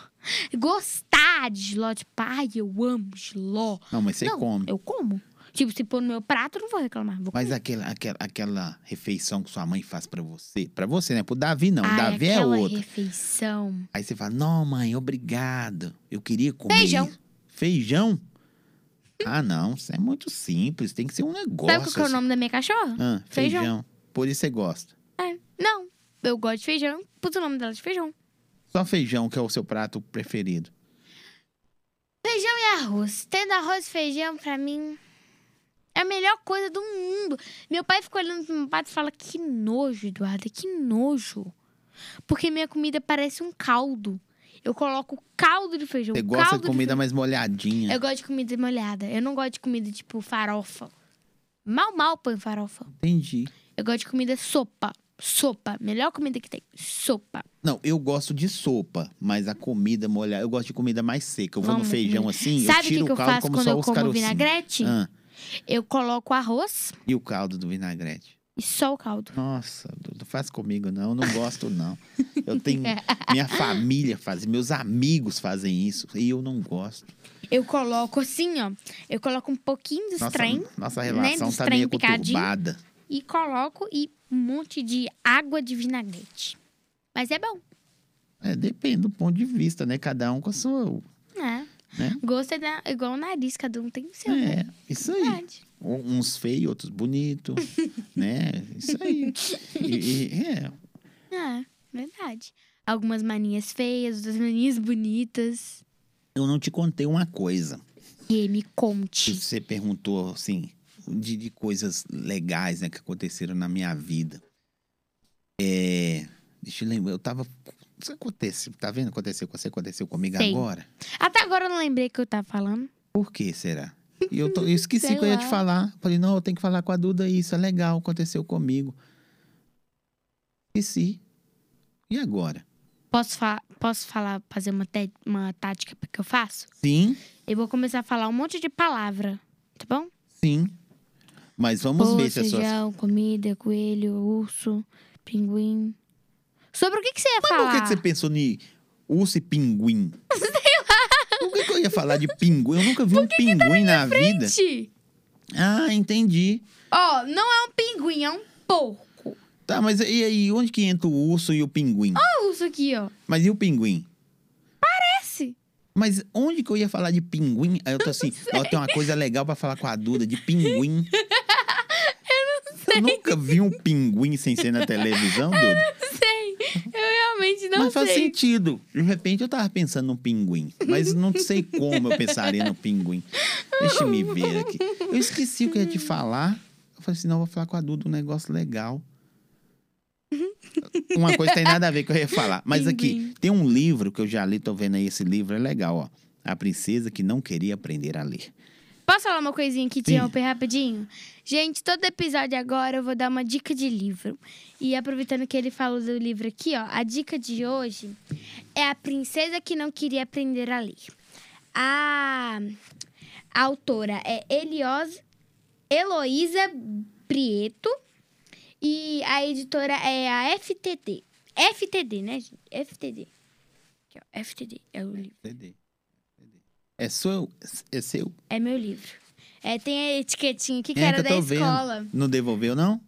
Gostar de giló, tipo, ai, eu amo giló.
Não, mas você
não,
come.
eu como. Tipo, se pôr no meu prato, eu não vou reclamar. Vou
Mas aquela, aquela, aquela refeição que sua mãe faz pra você. Pra você, né? Pro Davi, não. O
Ai,
Davi
Ah,
é
aquela
outro.
refeição.
Aí você fala, não, mãe, obrigado. Eu queria comer.
Feijão.
isso." Feijão? Ah, não. Isso é muito simples. Tem que ser um negócio.
Sabe qual que é o nome da minha cachorra?
assim. Ah,
Feijão.
feijão. Por isso você gosta.
Não, eu gosto de feijão. Pus o nome dela de feijão.
Só feijão que é o seu prato preferido.
E É arroz. Tendo arroz e feijão, pra mim, é a melhor coisa do mundo. Meu pai fica olhando pro meu prato e fala, que nojo, Eduardo, que nojo. Porque minha comida parece um caldo. Eu coloco caldo de feijão.
Você gosta
caldo
de comida
feijão.
mais molhadinha.
Eu gosto de comida molhada. Eu não gosto de comida, tipo, farofa. Mal, mal põe farofa.
Entendi.
Eu gosto de comida sopa. Sopa. Melhor comida que tem. Sopa.
Não, eu gosto de sopa, mas a comida molhada. Eu gosto de comida mais seca. Eu vou
Amo
no feijão assim, eu
Sabe o que,
tiro
que
o
eu
caldo
faço
como
quando
só
eu
os
como
carocinhos.
vinagrete?
Ah,
Eu coloco arroz
e o caldo do vinagrete?
e só o caldo.
Nossa, Dudu, não faz comigo, não. Eu não gosto, não. Eu tenho. Minha família faz, meus amigos fazem isso. E eu não gosto.
Eu coloco assim, ó. Eu coloco um pouquinho de
Nossa, hum.
trem
nossa
né,
relação
dos
tá
trem
meio
picadinho.
conturbada.
e coloco e um monte de água de vinagrete. Mas é bom,
É, depende do ponto de vista, né? Cada um com a sua.
né?
Né?
Gosto é da- igual o nariz, cada um tem o seu. né?
É, isso aí.
Verdade.
Um- Uns feios, outros bonitos. né? Isso aí. E- e- é,
É, verdade. Algumas maninhas feias, outras maninhas bonitas.
Eu não te contei uma coisa.
E me conte.
Você perguntou, assim, de, de coisas legais, né, que aconteceram na minha vida. É. Deixa eu lembrar, eu tava. Isso aconteceu, tá vendo? Aconteceu com você, aconteceu comigo
Sei.
agora.
Até agora eu não lembrei o que eu tava falando.
Por que será? E eu, tô- eu esqueci
Sei
que eu ia te
lá.
falar. Falei, não, eu tenho que falar com a Duda isso, é legal, aconteceu comigo. Esqueci. E agora?
Posso, fa posso falar, fazer uma, te- uma tática que eu faço?
Sim,
Eu vou começar a falar um monte de palavra, tá bom?
sim. Mas vamos ver se é as suas
feijão, comida, coelho, urso, pinguim. Sobre o que, que você ia
Mas por
falar?
que, que você pensou em urso e pinguim? Sei lá. Por que, que eu ia falar de pinguim? Eu nunca vi um pinguim na vida.
Gente,
Ah, entendi.
ó, não é um pinguim, é um porco.
Tá, mas e aí, onde que entra o urso e o pinguim?
Olha o urso aqui, ó.
Mas e o pinguim?
Esse.
Mas onde que eu ia falar de pinguim? Aí eu tô assim, ó, tem uma coisa legal pra falar com a Duda, de pinguim. Eu não sei. Você nunca viu um pinguim sem ser na televisão, Duda?
Realmente não
mas faz
sei.
sentido. De repente eu tava pensando num pinguim. Mas não sei como eu pensaria no pinguim. Deixa eu me ver aqui. Eu esqueci o que eu ia te falar. Eu falei assim, não, eu vou falar com a Duda um negócio legal. Uma coisa tem nada a ver com o que eu ia falar. Mas
Pinguim.
aqui, tem um livro que eu já li, tô vendo aí esse livro, é legal, ó. A Princesa que Não Queria Aprender a Ler.
Posso falar uma coisinha aqui, te
Sim.
interromper rapidinho? Gente, todo episódio agora eu vou dar uma dica de livro. E aproveitando que ele falou do livro aqui, ó, a dica de hoje é A Princesa que Não Queria Aprender a Ler. A, a autora é Elios, Heloísa Prieto e a editora é a FTD. FTD, né, gente? FTD. Aqui, ó, FTD é o livro.
É seu, é seu.
É meu livro. É, tem a etiquetinha aqui que
É,
era
que eu
da
tô vendo.
escola.
Não devolveu, não?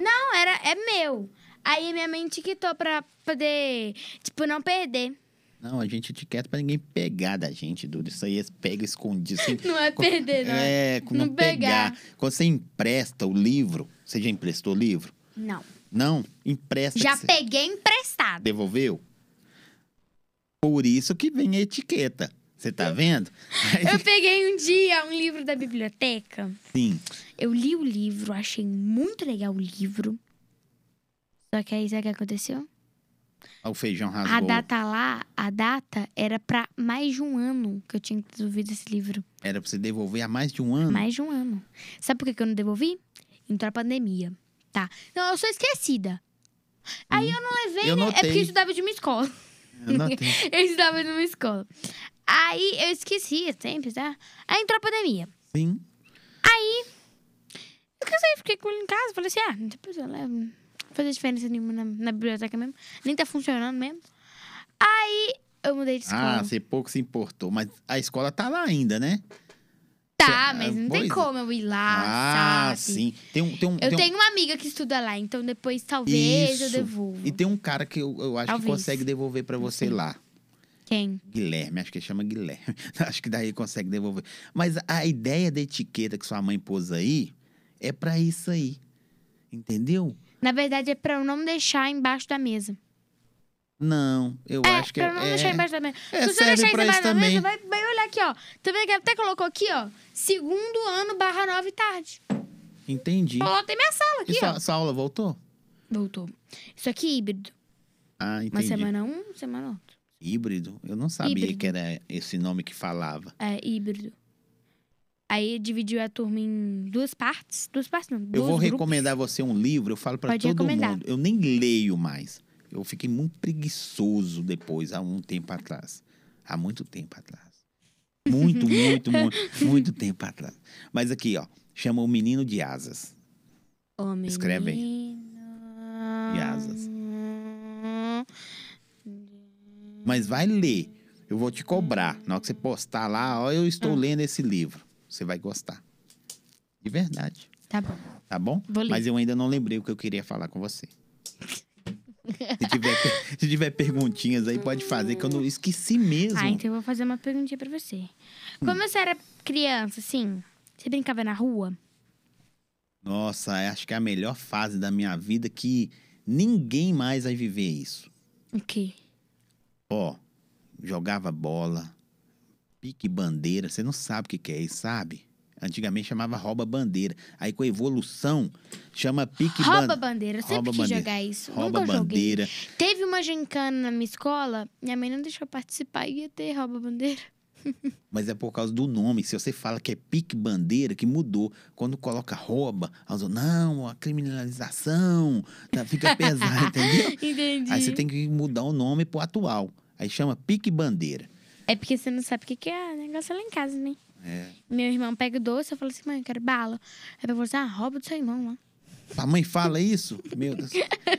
Não, era, é meu. Aí minha mãe etiquetou pra poder, tipo, não perder.
Não, a gente etiqueta pra ninguém pegar da gente, Duda. Isso aí eles pegam escondido. Assim,
Não é
Quando-
perder, não. é?
É, quando
Não
não pegar.
pegar.
Quando você empresta o livro, você já emprestou o livro?
Não.
Não, empresta.
Já
que você
peguei emprestado.
devolveu? Por isso que vem a etiqueta. Você tá vendo?
Eu peguei um dia um livro da biblioteca.
Sim.
Eu li o livro, achei muito legal o livro. Só que aí, sabe o que aconteceu?
Ah, O feijão rasgou.
A data lá, a data era pra mais de um ano que eu tinha que ter devolvido esse livro.
Era pra você devolver há mais de um ano.
Mais de um ano. Sabe por que que eu não devolvi? Entrou a pandemia. Tá. Não, eu sou esquecida. Aí eu não levei,
Hum, Eu
né? É porque
notei.
eu estudava de uma escola.
Eu notei.
Eu estudava numa escola. Aí eu esquecia sempre, tá? Aí entrou a pandemia.
Sim.
Eu cansei, fiquei com ele em casa. Falei assim, ah, depois eu levo. Não fazer diferença nenhuma na, na biblioteca mesmo. Nem tá funcionando mesmo. Aí eu mudei de escola.
Ah, você pouco se importou. Mas a escola tá lá ainda, né?
tá,
ah,
mas não tem
pois é.
como eu ir lá,
Ah,
sabe?
sim. Tem um, tem um,
Eu
tem um-
tenho uma amiga que estuda lá, então depois talvez eu
Isso.
devolvo.
E tem um cara que eu, eu acho que
Talvez.
consegue devolver pra você lá.
Quem?
Guilherme, acho que chama Guilherme. acho que daí consegue devolver. Mas a ideia da etiqueta que sua mãe pôs aí é pra isso aí. Entendeu?
Na verdade, é pra eu não deixar embaixo da mesa.
Não, eu acho que
pra eu não
é,
deixar embaixo da mesa.
é,
Se você
serve
deixar isso
pra isso
embaixo da mesa,
também.
vai, vai olhar aqui, ó. Tá vendo que ela até colocou aqui, ó. Segundo ano barra nove tarde.
Entendi.
Colou até minha sala aqui,
E
ó.
sua, sua aula voltou?
Voltou. Isso aqui é híbrido.
Ah,
Uma
entendi.
semana um, semana outra.
Híbrido? Eu não sabia
Híbrido.
que era esse nome que falava.
É, híbrido. Aí dividiu a turma em duas partes. Duas partes não.
Eu
dois
vou
grupos.
recomendar a você um livro, eu falo pra
Pode
todo
recomendar.
mundo. Eu nem leio mais. Eu fiquei muito preguiçoso depois, há um tempo atrás. Há muito tempo atrás. Muito, muito, muito, muito tempo atrás. Mas aqui, ó, chama O Menino de Asas.
Homem.
Escreve aí. E asas. Mas vai ler. Eu vou te cobrar. Na hora que você postar lá, ó, eu
Ah.
estou lendo esse livro. Você vai gostar. De verdade.
Tá bom.
Tá bom?
Vou ler.
Mas eu ainda não lembrei o que eu queria falar com você. se, tiver, per- se tiver perguntinhas aí, pode fazer, que eu não esqueci mesmo. Hum.
Ah, então eu vou fazer uma perguntinha pra você. Quando você era criança, assim, você brincava na rua?
Nossa, acho que é a melhor fase da minha vida que ninguém mais vai viver isso.
O quê?
Ó, jogava bola, pique bandeira, você não sabe o que que é isso, sabe? Antigamente chamava rouba bandeira. Aí com a evolução, chama pique
rouba
ban-
bandeira. Eu sempre
rouba
quis
bandeira.
jogar isso.
Rouba
Nunca joguei.
bandeira.
Teve uma gincana na minha escola, minha mãe não deixou eu participar e ia ter rouba bandeira.
Mas é por causa do nome. Se você fala que é pique bandeira, que mudou. Quando coloca rouba, elas falam, não, a criminalização tá, fica pesado, entendeu?
Entendi.
Aí você tem que mudar o nome pro atual. Aí chama pique bandeira.
É porque você não sabe o que que é o negócio lá em casa, né?
É.
Meu irmão pega o doce, eu falo assim, mãe, eu quero bala. Aí eu falo assim, ah, rouba do seu irmão lá.
Sua mãe fala isso? Meu Deus.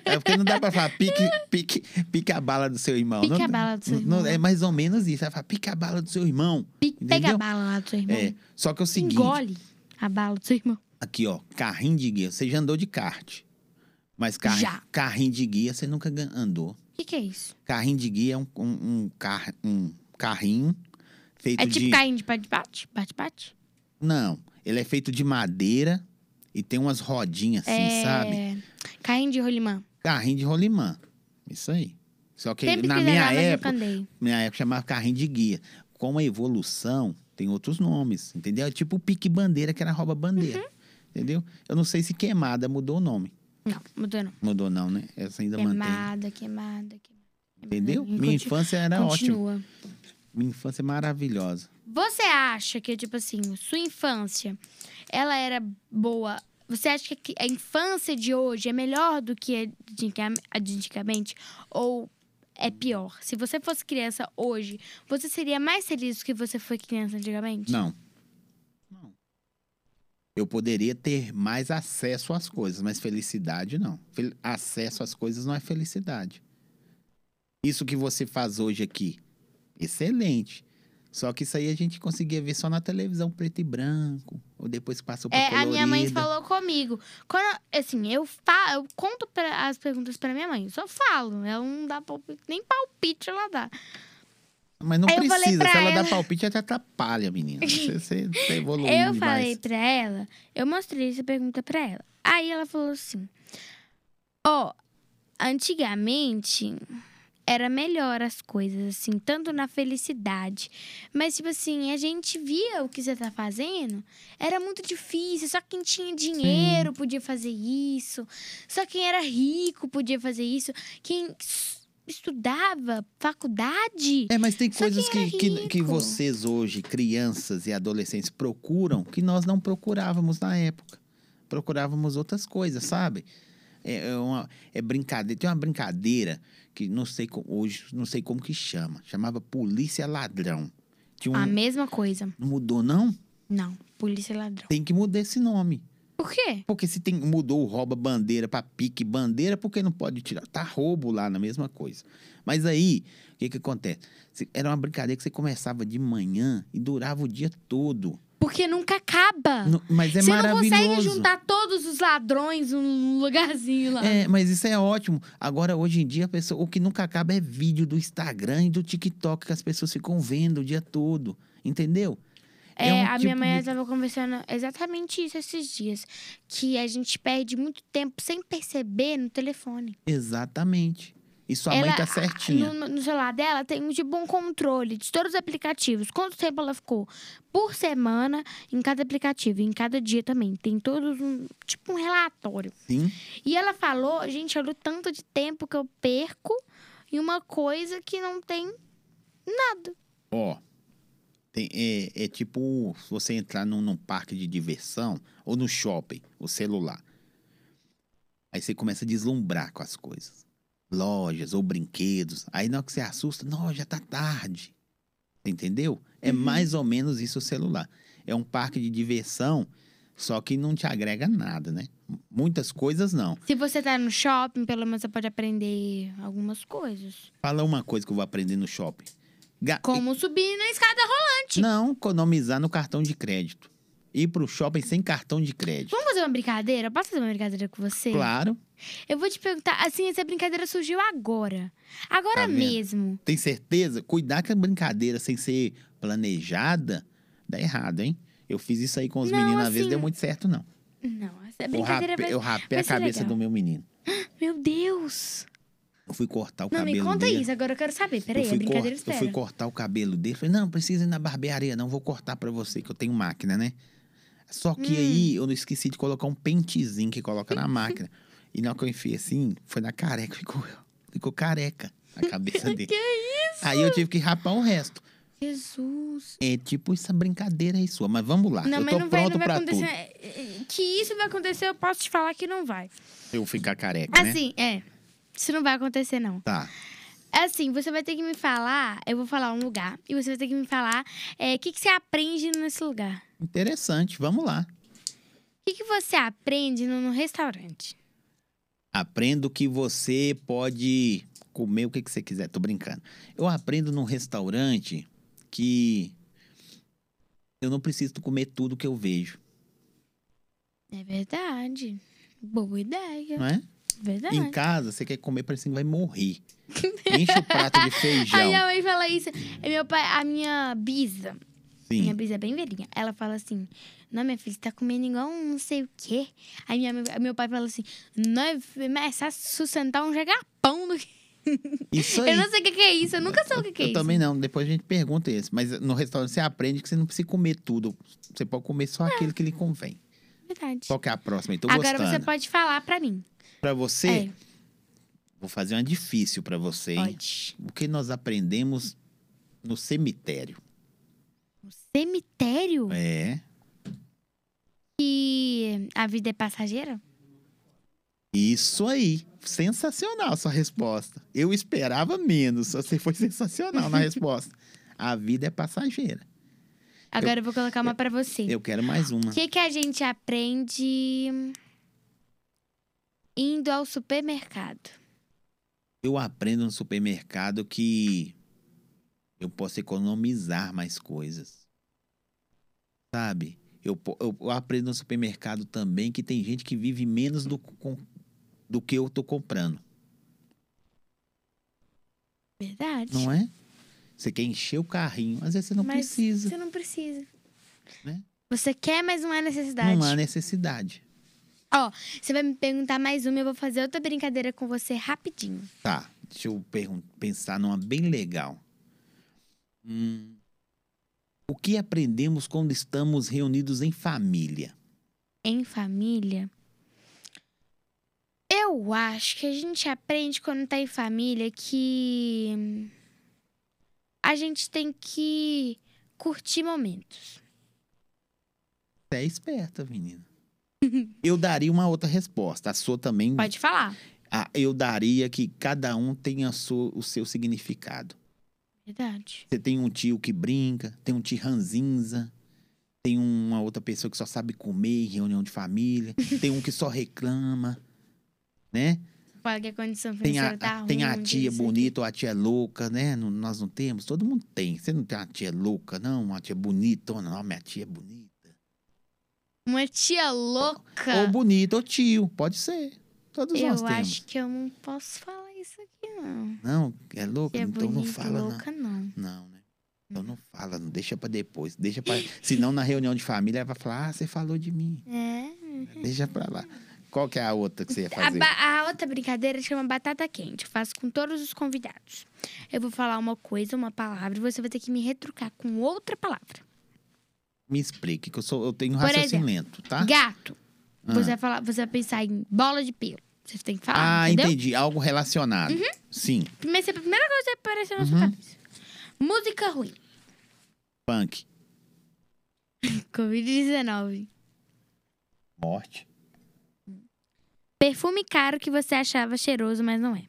É porque não dá pra falar pique, pique, pique a bala do seu irmão.
Pique
não,
a bala do seu
não-
irmão.
é mais ou menos isso. Ela fala, pique a bala do seu irmão.
Pe- Pega a
Entendeu?
bala lá do seu irmão. né?
É. Só que é o seguinte.
Engole a bala do seu irmão.
Aqui, ó, carrinho de guia. Você já andou de kart. Mas carri-
Já.
carrinho de guia você nunca gan- andou.
O que, que é isso?
Carrinho de guia é um, um, um car- um carrinho feito
É tipo
de.
carrinho de bate-bate? Bate-bate?
Não, ele é feito de madeira e tem umas rodinhas assim,
é...
sabe?
Carrinho de rolimã.
Carrinho de rolimã. Isso aí. Só que
Sempre
na
quis
minha
andar, mas
época,
nunca andei.
minha época chamava carrinho de guia. Com a evolução, tem outros nomes, entendeu? É tipo o pique-bandeira, que era rouba-bandeira.
Uhum.
Entendeu? Eu não sei se queimada mudou o nome.
Não, mudou não.
Mudou não, né? Essa ainda mantém.
Queimada, queimada, queimada.
Entendeu?
Continua.
Minha infância era ótima.
Continua.
Minha infância é maravilhosa.
Você acha que, tipo assim, sua infância, ela era boa? Você acha que a infância de hoje é melhor do que a de antica- a de antigamente? Ou é pior? Se você fosse criança hoje, você seria mais feliz do que você foi criança antigamente?
Não. Não. Eu poderia ter mais acesso às coisas, mas felicidade não. Fel- Acesso às coisas não é felicidade. Isso que você faz hoje aqui, excelente. Só que isso aí a gente conseguia ver só na televisão preto e branco, ou depois que passou pra
É, a minha mãe
colorida.
falou comigo. Quando, assim, eu, fa eu conto pra- as perguntas pra minha mãe. Eu só falo. Ela não dá palpite, nem palpite ela dá.
Mas não
Aí eu falei
precisa,
pra
se ela,
ela-
dá palpite, até atrapalha, menina. Você, você, você evoluiu
Eu
demais.
falei pra ela, eu mostrei essa pergunta pra ela. Aí ela falou assim: Ó, antigamente era melhor as coisas, assim, tanto na felicidade. Mas, tipo assim, a gente via o que você tá fazendo, era muito difícil. Só quem tinha dinheiro podia fazer isso. Só quem era rico podia fazer isso. Quem. estudava faculdade.
É, mas tem
Só
coisas
quem
que,
era
que, que
rico.
vocês hoje, crianças e adolescentes, procuram que nós não procurávamos na época. Procurávamos outras coisas, sabe? É, é uma, é brincadeira. Tem uma brincadeira que não sei co- hoje, não sei como que chama. Chamava Polícia Ladrão. Tinha um-
A mesma coisa.
Não mudou, não?
Não, polícia e ladrão.
Tem que mudar esse nome.
Por quê?
Porque se tem, mudou o rouba bandeira para pique bandeira, por que não pode tirar? Tá roubo lá na mesma coisa. Mas aí, o que que acontece? Se- Era uma brincadeira que você começava de manhã e durava o dia todo.
Porque nunca acaba.
No- mas é
Ah. Você não
maravilhoso.
consegue juntar todos os ladrões num lugarzinho lá.
É, mas isso é ótimo. Agora, hoje em dia, a pessoa, o que nunca acaba é vídeo do Instagram e do TikTok que as pessoas ficam vendo o dia todo. Entendeu?
É,
um
a
tipo
minha mãe
de-
estava conversando exatamente isso esses dias. Que a gente perde muito tempo sem perceber no telefone.
Exatamente. E sua
ela,
mãe tá certinha.
No, no celular dela tem um de bom controle de todos os aplicativos. Quanto tempo ela ficou? Por semana, em cada aplicativo, em cada dia também. Tem todos um. Tipo um relatório.
Sim.
E ela falou, gente, olha o tanto de tempo que eu perco em uma coisa que não tem.
Ó, tem- é, é tipo se você entrar num, num parque de diversão ou no shopping, o celular. Aí você começa a deslumbrar com as coisas. Lojas ou brinquedos. Aí na hora que você assusta, não, já tá tarde. Entendeu? É mais ou menos isso o celular. É um parque de diversão, só que não te agrega nada, né? Muitas coisas não.
Se você tá no shopping, pelo menos você pode aprender algumas coisas.
Fala uma coisa que eu vou aprender no shopping. Ga-
Como subir na escada Ti-
Não economizar no cartão de crédito. Ir pro shopping sem cartão de crédito.
Vamos fazer uma brincadeira? Posso fazer uma brincadeira com você?
Claro.
Eu vou te perguntar, assim, essa brincadeira surgiu agora. Agora
Tá vendo?
mesmo.
Tem certeza? Cuidar com a brincadeira sem ser planejada, dá errado, hein? Eu fiz isso aí com os
Não,
meninos uma vez,
assim,
deu muito certo, não.
Não, essa
Eu
brincadeira
rapei,
vai...
eu rapei
vai
a
ser
cabeça
legal.
do meu menino.
Meu Deus!
Eu fui cortar o
Não,
cabelo
me conta
dele.
isso, agora eu quero saber.
eu,
Peraí, a
fui cor-
brincadeira
eu
espera.
fui cortar o cabelo dele. Falei, não, precisa ir na barbearia, não. Vou cortar pra você, que eu tenho máquina, né? Só que aí
Hum.
eu não esqueci de colocar um pentezinho que coloca na máquina. e na hora que eu enfiei assim, foi na careca. Ficou, ficou careca a cabeça dele. que isso? Aí eu tive que rapar o resto.
Jesus!
É tipo essa brincadeira aí sua. Mas vamos lá.
Não,
Ah, eu
mas
tô
não vai,
pronto
não vai
pra
acontecer.
tudo.
Eh, eh, Que isso vai acontecer, eu posso te falar que não vai.
Eu ficar careca, né?
Assim, é. Isso não vai acontecer, não.
Tá.
Assim, você vai ter que me falar, eu vou falar um lugar, e você vai ter que me falar é, o que, que você aprende nesse lugar.
Interessante. Vamos lá.
O que, que você aprende num num restaurante?
Aprendo que você pode comer o que, que você quiser. Tô brincando. Eu aprendo num restaurante que eu não preciso comer tudo que eu vejo,
É verdade. Boa ideia.
não é?
Verdade.
Em casa, você quer comer, parece que vai morrer. Enche o prato de
Aí minha
feijão.
mãe fala isso. E meu pai, a minha bisa, minha
Sim.
bisa é bem velhinha. Ela fala assim: Não, minha filha, você tá comendo igual um não sei o quê. Aí minha, mãe- meu pai fala assim: Não, é mais fácil sustentar um jagapão do que.
Isso aí.
Eu não sei o que que é isso, eu nunca sei o que que é
Eu
isso.
também não, depois a gente pergunta esse. Mas no restaurante você aprende que você não precisa comer tudo. Você pode comer só aquele que lhe convém.
Verdade.
Qual que é a próxima? Eu tô
É. Agora
gostando.
você pode falar pra mim.
Pra você,
É,
vou fazer uma difícil pra você, hein?
pode.
o que nós aprendemos no cemitério.
O cemitério?
É.
Que a vida é passageira?
Isso aí. Sensacional sua resposta. Eu esperava menos. Você foi sensacional na resposta. A vida é passageira.
Agora eu, vou colocar uma pra você.
Eu quero mais uma.
O que, que a gente aprende indo ao supermercado?
Eu aprendo no supermercado que eu posso economizar mais coisas. Sabe? Eu, po- eu- eu aprendo no supermercado também que tem gente que vive menos do, com- do que eu tô comprando.
Verdade.
Não é? Você quer encher o carrinho. Às vezes você não
Mas
precisa.
Você não precisa.
Né?
Você quer, mas não é necessidade.
Não há necessidade.
Você vai me perguntar mais uma, eu vou fazer outra brincadeira com você rapidinho.
Tá, deixa eu pergun- pensar numa bem legal. Hum, o que aprendemos quando estamos reunidos em família?
Em família, eu Eu acho que a gente aprende quando tá em família que a gente tem que curtir momentos.
Hum. Você é esperta, menina. Eu daria uma outra resposta. A sua também.
Pode falar.
Ah, eu daria que cada um tenha a sua- o seu significado.
Verdade.
Você tem um tio que brinca, tem um tio ranzinza, tem uma outra pessoa que só sabe comer em reunião de família, tem um que só reclama, né?
Fala que a condição
Tem
financeira
a,
tá ruim.
tem a tia
isso aqui.
bonita ou a tia louca, né? Não- nós não temos, todo mundo tem. Você não tem uma tia louca, não? Uma tia bonita, ou não, minha tia é bonita.
Uma tia louca.
Ou bonita, ou tio, pode ser. Todos
Eu
nós temos.
acho que eu não posso falar isso aqui, não.
Não, é louca?
Que é
então não
bonito,
fala, não.
louca, não.
Não, né? Então não fala, não deixa pra depois. Deixa para, senão na reunião de família ela vai falar: "Ah, você falou de mim".
É.
Deixa pra lá. Qual que é a outra que você ia
A,
fazer?
ba- a outra brincadeira chama batata quente. Eu faço com todos os convidados. Eu vou falar uma coisa, uma palavra, e você vai ter que me retrucar com outra palavra.
Me explique, que eu, sou, eu tenho
Por
raciocínio
exemplo,
lento, tá?
Gato.
Ah.
Você, vai falar, você vai pensar em bola de pelo. Você tem que falar,
Ah,
entendeu? Uhum.
entendi. Algo relacionado. Sim,
Primeiro, você- a primeira coisa que apareceu na sua
Uhum.
cabeça. Música ruim.
punk.
Covid-19.
Morte.
Perfume caro que você achava cheiroso, mas não é.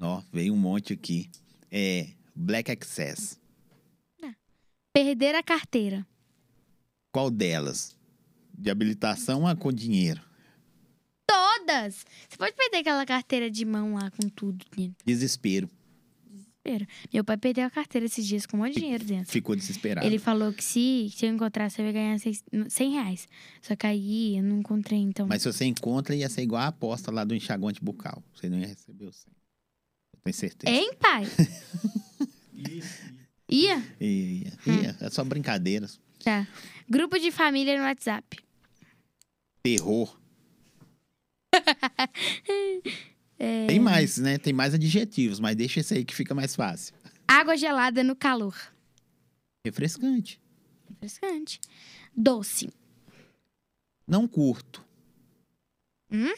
Ó, veio um monte aqui. É, Black Access.
Perder a carteira.
Qual delas? De habilitação a com dinheiro?
Todas! Você pode perder aquela carteira de mão lá com tudo dentro.
Desespero.
Pera, Meu pai perdeu a carteira esses dias com um monte de dinheiro dentro.
Ficou desesperado.
Ele falou que se, se eu encontrasse, eu ia ganhar seis- 100 reais. Só que aí eu não encontrei, então.
Mas se você encontra, ia ser igual a aposta lá do enxaguante bucal. Você não ia receber o 100. Eu tenho certeza.
Hein, pai? Ia?
Ia, ia, ia. É só brincadeiras.
Tá. Grupo de família no WhatsApp.
Terror.
É.
Tem mais, né? Tem mais adjetivos, mas deixa esse aí que fica mais fácil.
Água gelada no calor.
Refrescante.
Interessante. Doce.
Não curto.
Hum?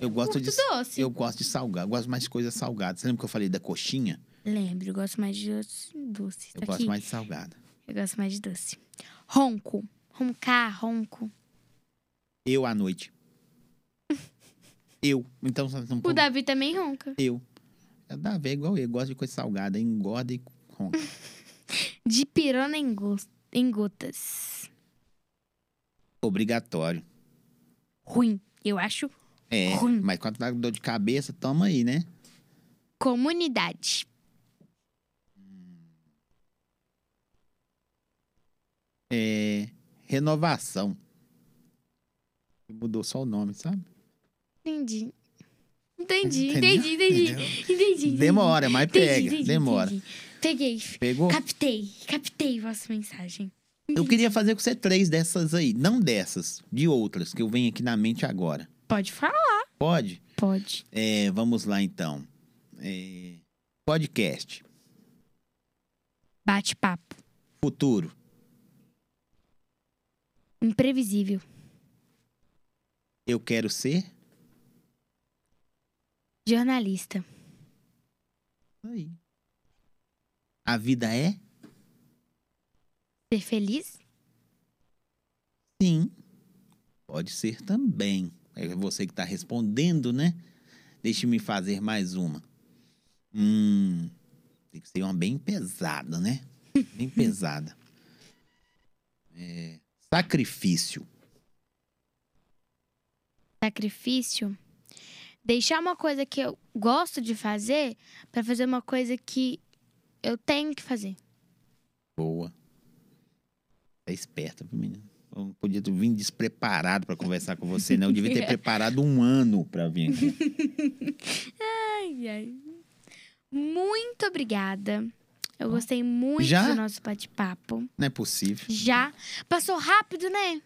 Eu gosto
Curto
de.
doce.
Eu gosto de salgar. Eu gosto mais de coisa salgada. Você lembra que eu falei da coxinha?
Lembro, eu gosto mais de doce. doce.
Eu
Tá
gosto
aqui.
mais de salgada.
Eu gosto mais de doce. Ronco. Roncar, ronco.
Eu à noite. eu. Então você não
O
pode.
Davi também ronca.
Eu. É da ver igual eu. eu. Gosto de coisa salgada. Engorda e ronca.
De pirona em, gos- em gotas.
Obrigatório.
Ruim. Eu acho
É.
Ruim.
Mas quando tá com dor de cabeça, toma aí, né?
comunidade.
É. Renovação. Mudou só o nome, sabe?
Entendi. Entendi,
Entendeu?
entendi, entendi.
Entendeu?
Entendi. entendi.
Demora, mas
Entendi,
pega.
entendi,
demora.
entendi. Peguei.
Pegou?
Captei. Captei vossa mensagem.
Eu queria fazer com você três dessas aí. Não dessas, de outras que eu venho aqui na mente agora.
Pode falar.
Pode?
Pode.
É, vamos lá então. É, podcast.
Bate-papo.
Futuro.
Imprevisível.
Eu quero ser.
Jornalista.
Aí. A vida é?
Ser feliz?
Sim. Pode ser também. É você que está respondendo, né? Deixe-me fazer mais uma. Hum. Tem que ser uma bem pesada, né? Bem pesada. É, sacrifício.
Sacrifício? Deixar uma coisa que eu gosto de fazer pra fazer uma coisa que eu tenho que fazer.
Boa. É esperta, viu, menina. Eu podia ter vindo despreparado pra conversar com você, né? Eu devia
É.
ter preparado um ano pra vir aqui.
Ai, ai. Muito obrigada. Eu gostei muito
Já?
do nosso bate-papo.
Não é possível.
Já. Passou rápido, né?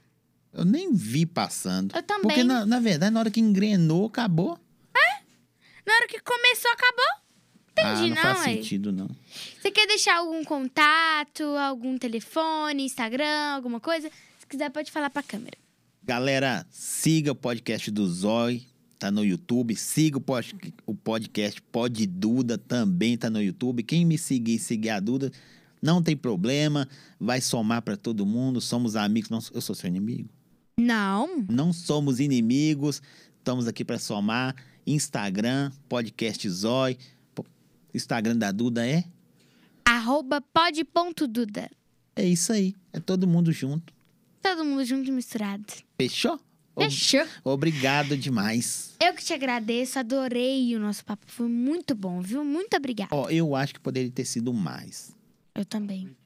Eu nem vi passando.
Eu também.
Porque, na, na verdade, na hora que engrenou, acabou.
Na hora que começou, acabou.
ah, não,
Entendi,
faz
não, ué.
sentido, não.
Você quer deixar algum contato, algum telefone, Instagram, alguma coisa? Se quiser, pode falar pra câmera.
Galera, siga o podcast do Zói. Tá no YouTube. Siga o, pod, o podcast Pod Duda também tá no YouTube. Quem me seguir, seguir a Duda, não tem problema. Vai somar para todo mundo. Somos amigos. Não, eu sou seu inimigo.
Não.
Não somos inimigos. Estamos aqui para somar. Instagram, podcast Zói. Po- Instagram da Duda é?
Arroba pod.duda.
É isso aí. É todo mundo junto.
Todo mundo junto e misturado.
Fechou? Ob-
Fechou.
Obrigado demais.
Eu que te agradeço, adorei o nosso papo. Foi muito bom, viu? Muito obrigada.
Ó, eu acho que poderia ter sido mais.
Eu também.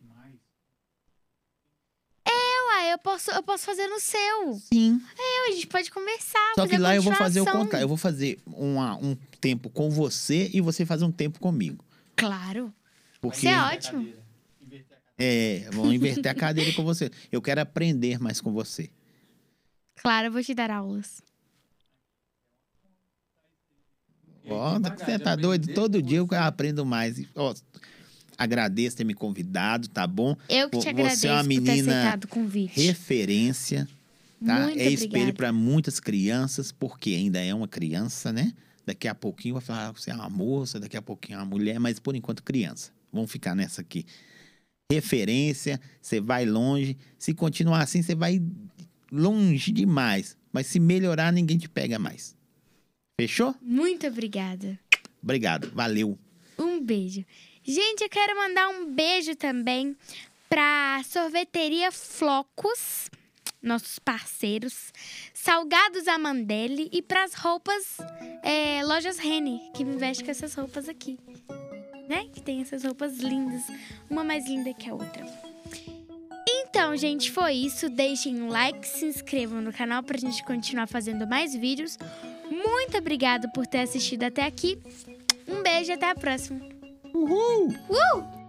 Eu, ah, eu posso, eu posso fazer no seu.
Sim.
Eu, a gente pode conversar.
Só que
fazer
lá eu vou fazer o
Ah, é continuação.
contrário. Eu vou fazer uma- um tempo com você e você fazer um tempo comigo.
Claro.
Porque
Isso é ótimo.
é, vão inverter a cadeira com você. Eu quero aprender mais com você.
Claro, eu vou te dar aulas.
Ó, tá- você tá doido? Todo dia eu aprendo mais. E, Ó, agradeço ter me convidado, tá bom?
Eu que
Vo-
te
você é
agradeço
uma
por ter
menina
aceitado o convite.
Referência, tá?
Muito
é espelho
obrigada.
para muitas crianças, porque ainda é uma criança, né? Daqui a pouquinho vai falar que você é uma moça, daqui a pouquinho é uma mulher, mas por enquanto criança. Vamos ficar nessa aqui. Referência, você vai longe. Se continuar assim, você vai longe demais. Mas se melhorar, ninguém te pega mais. Fechou?
Muito obrigada.
Obrigado. Valeu.
Um beijo. Gente, eu quero mandar um beijo também pra Sorveteria Flocos, nossos parceiros, Salgados Amandelli e pras roupas, é, Lojas Rene, que me veste com essas roupas aqui. Né? Que tem essas roupas lindas, uma mais linda que a outra. Então, gente, foi isso. Deixem um like, se inscrevam no canal pra gente continuar fazendo mais vídeos. Muito obrigada por ter assistido até aqui. Um beijo e até a próxima.
Uhul!
Uh!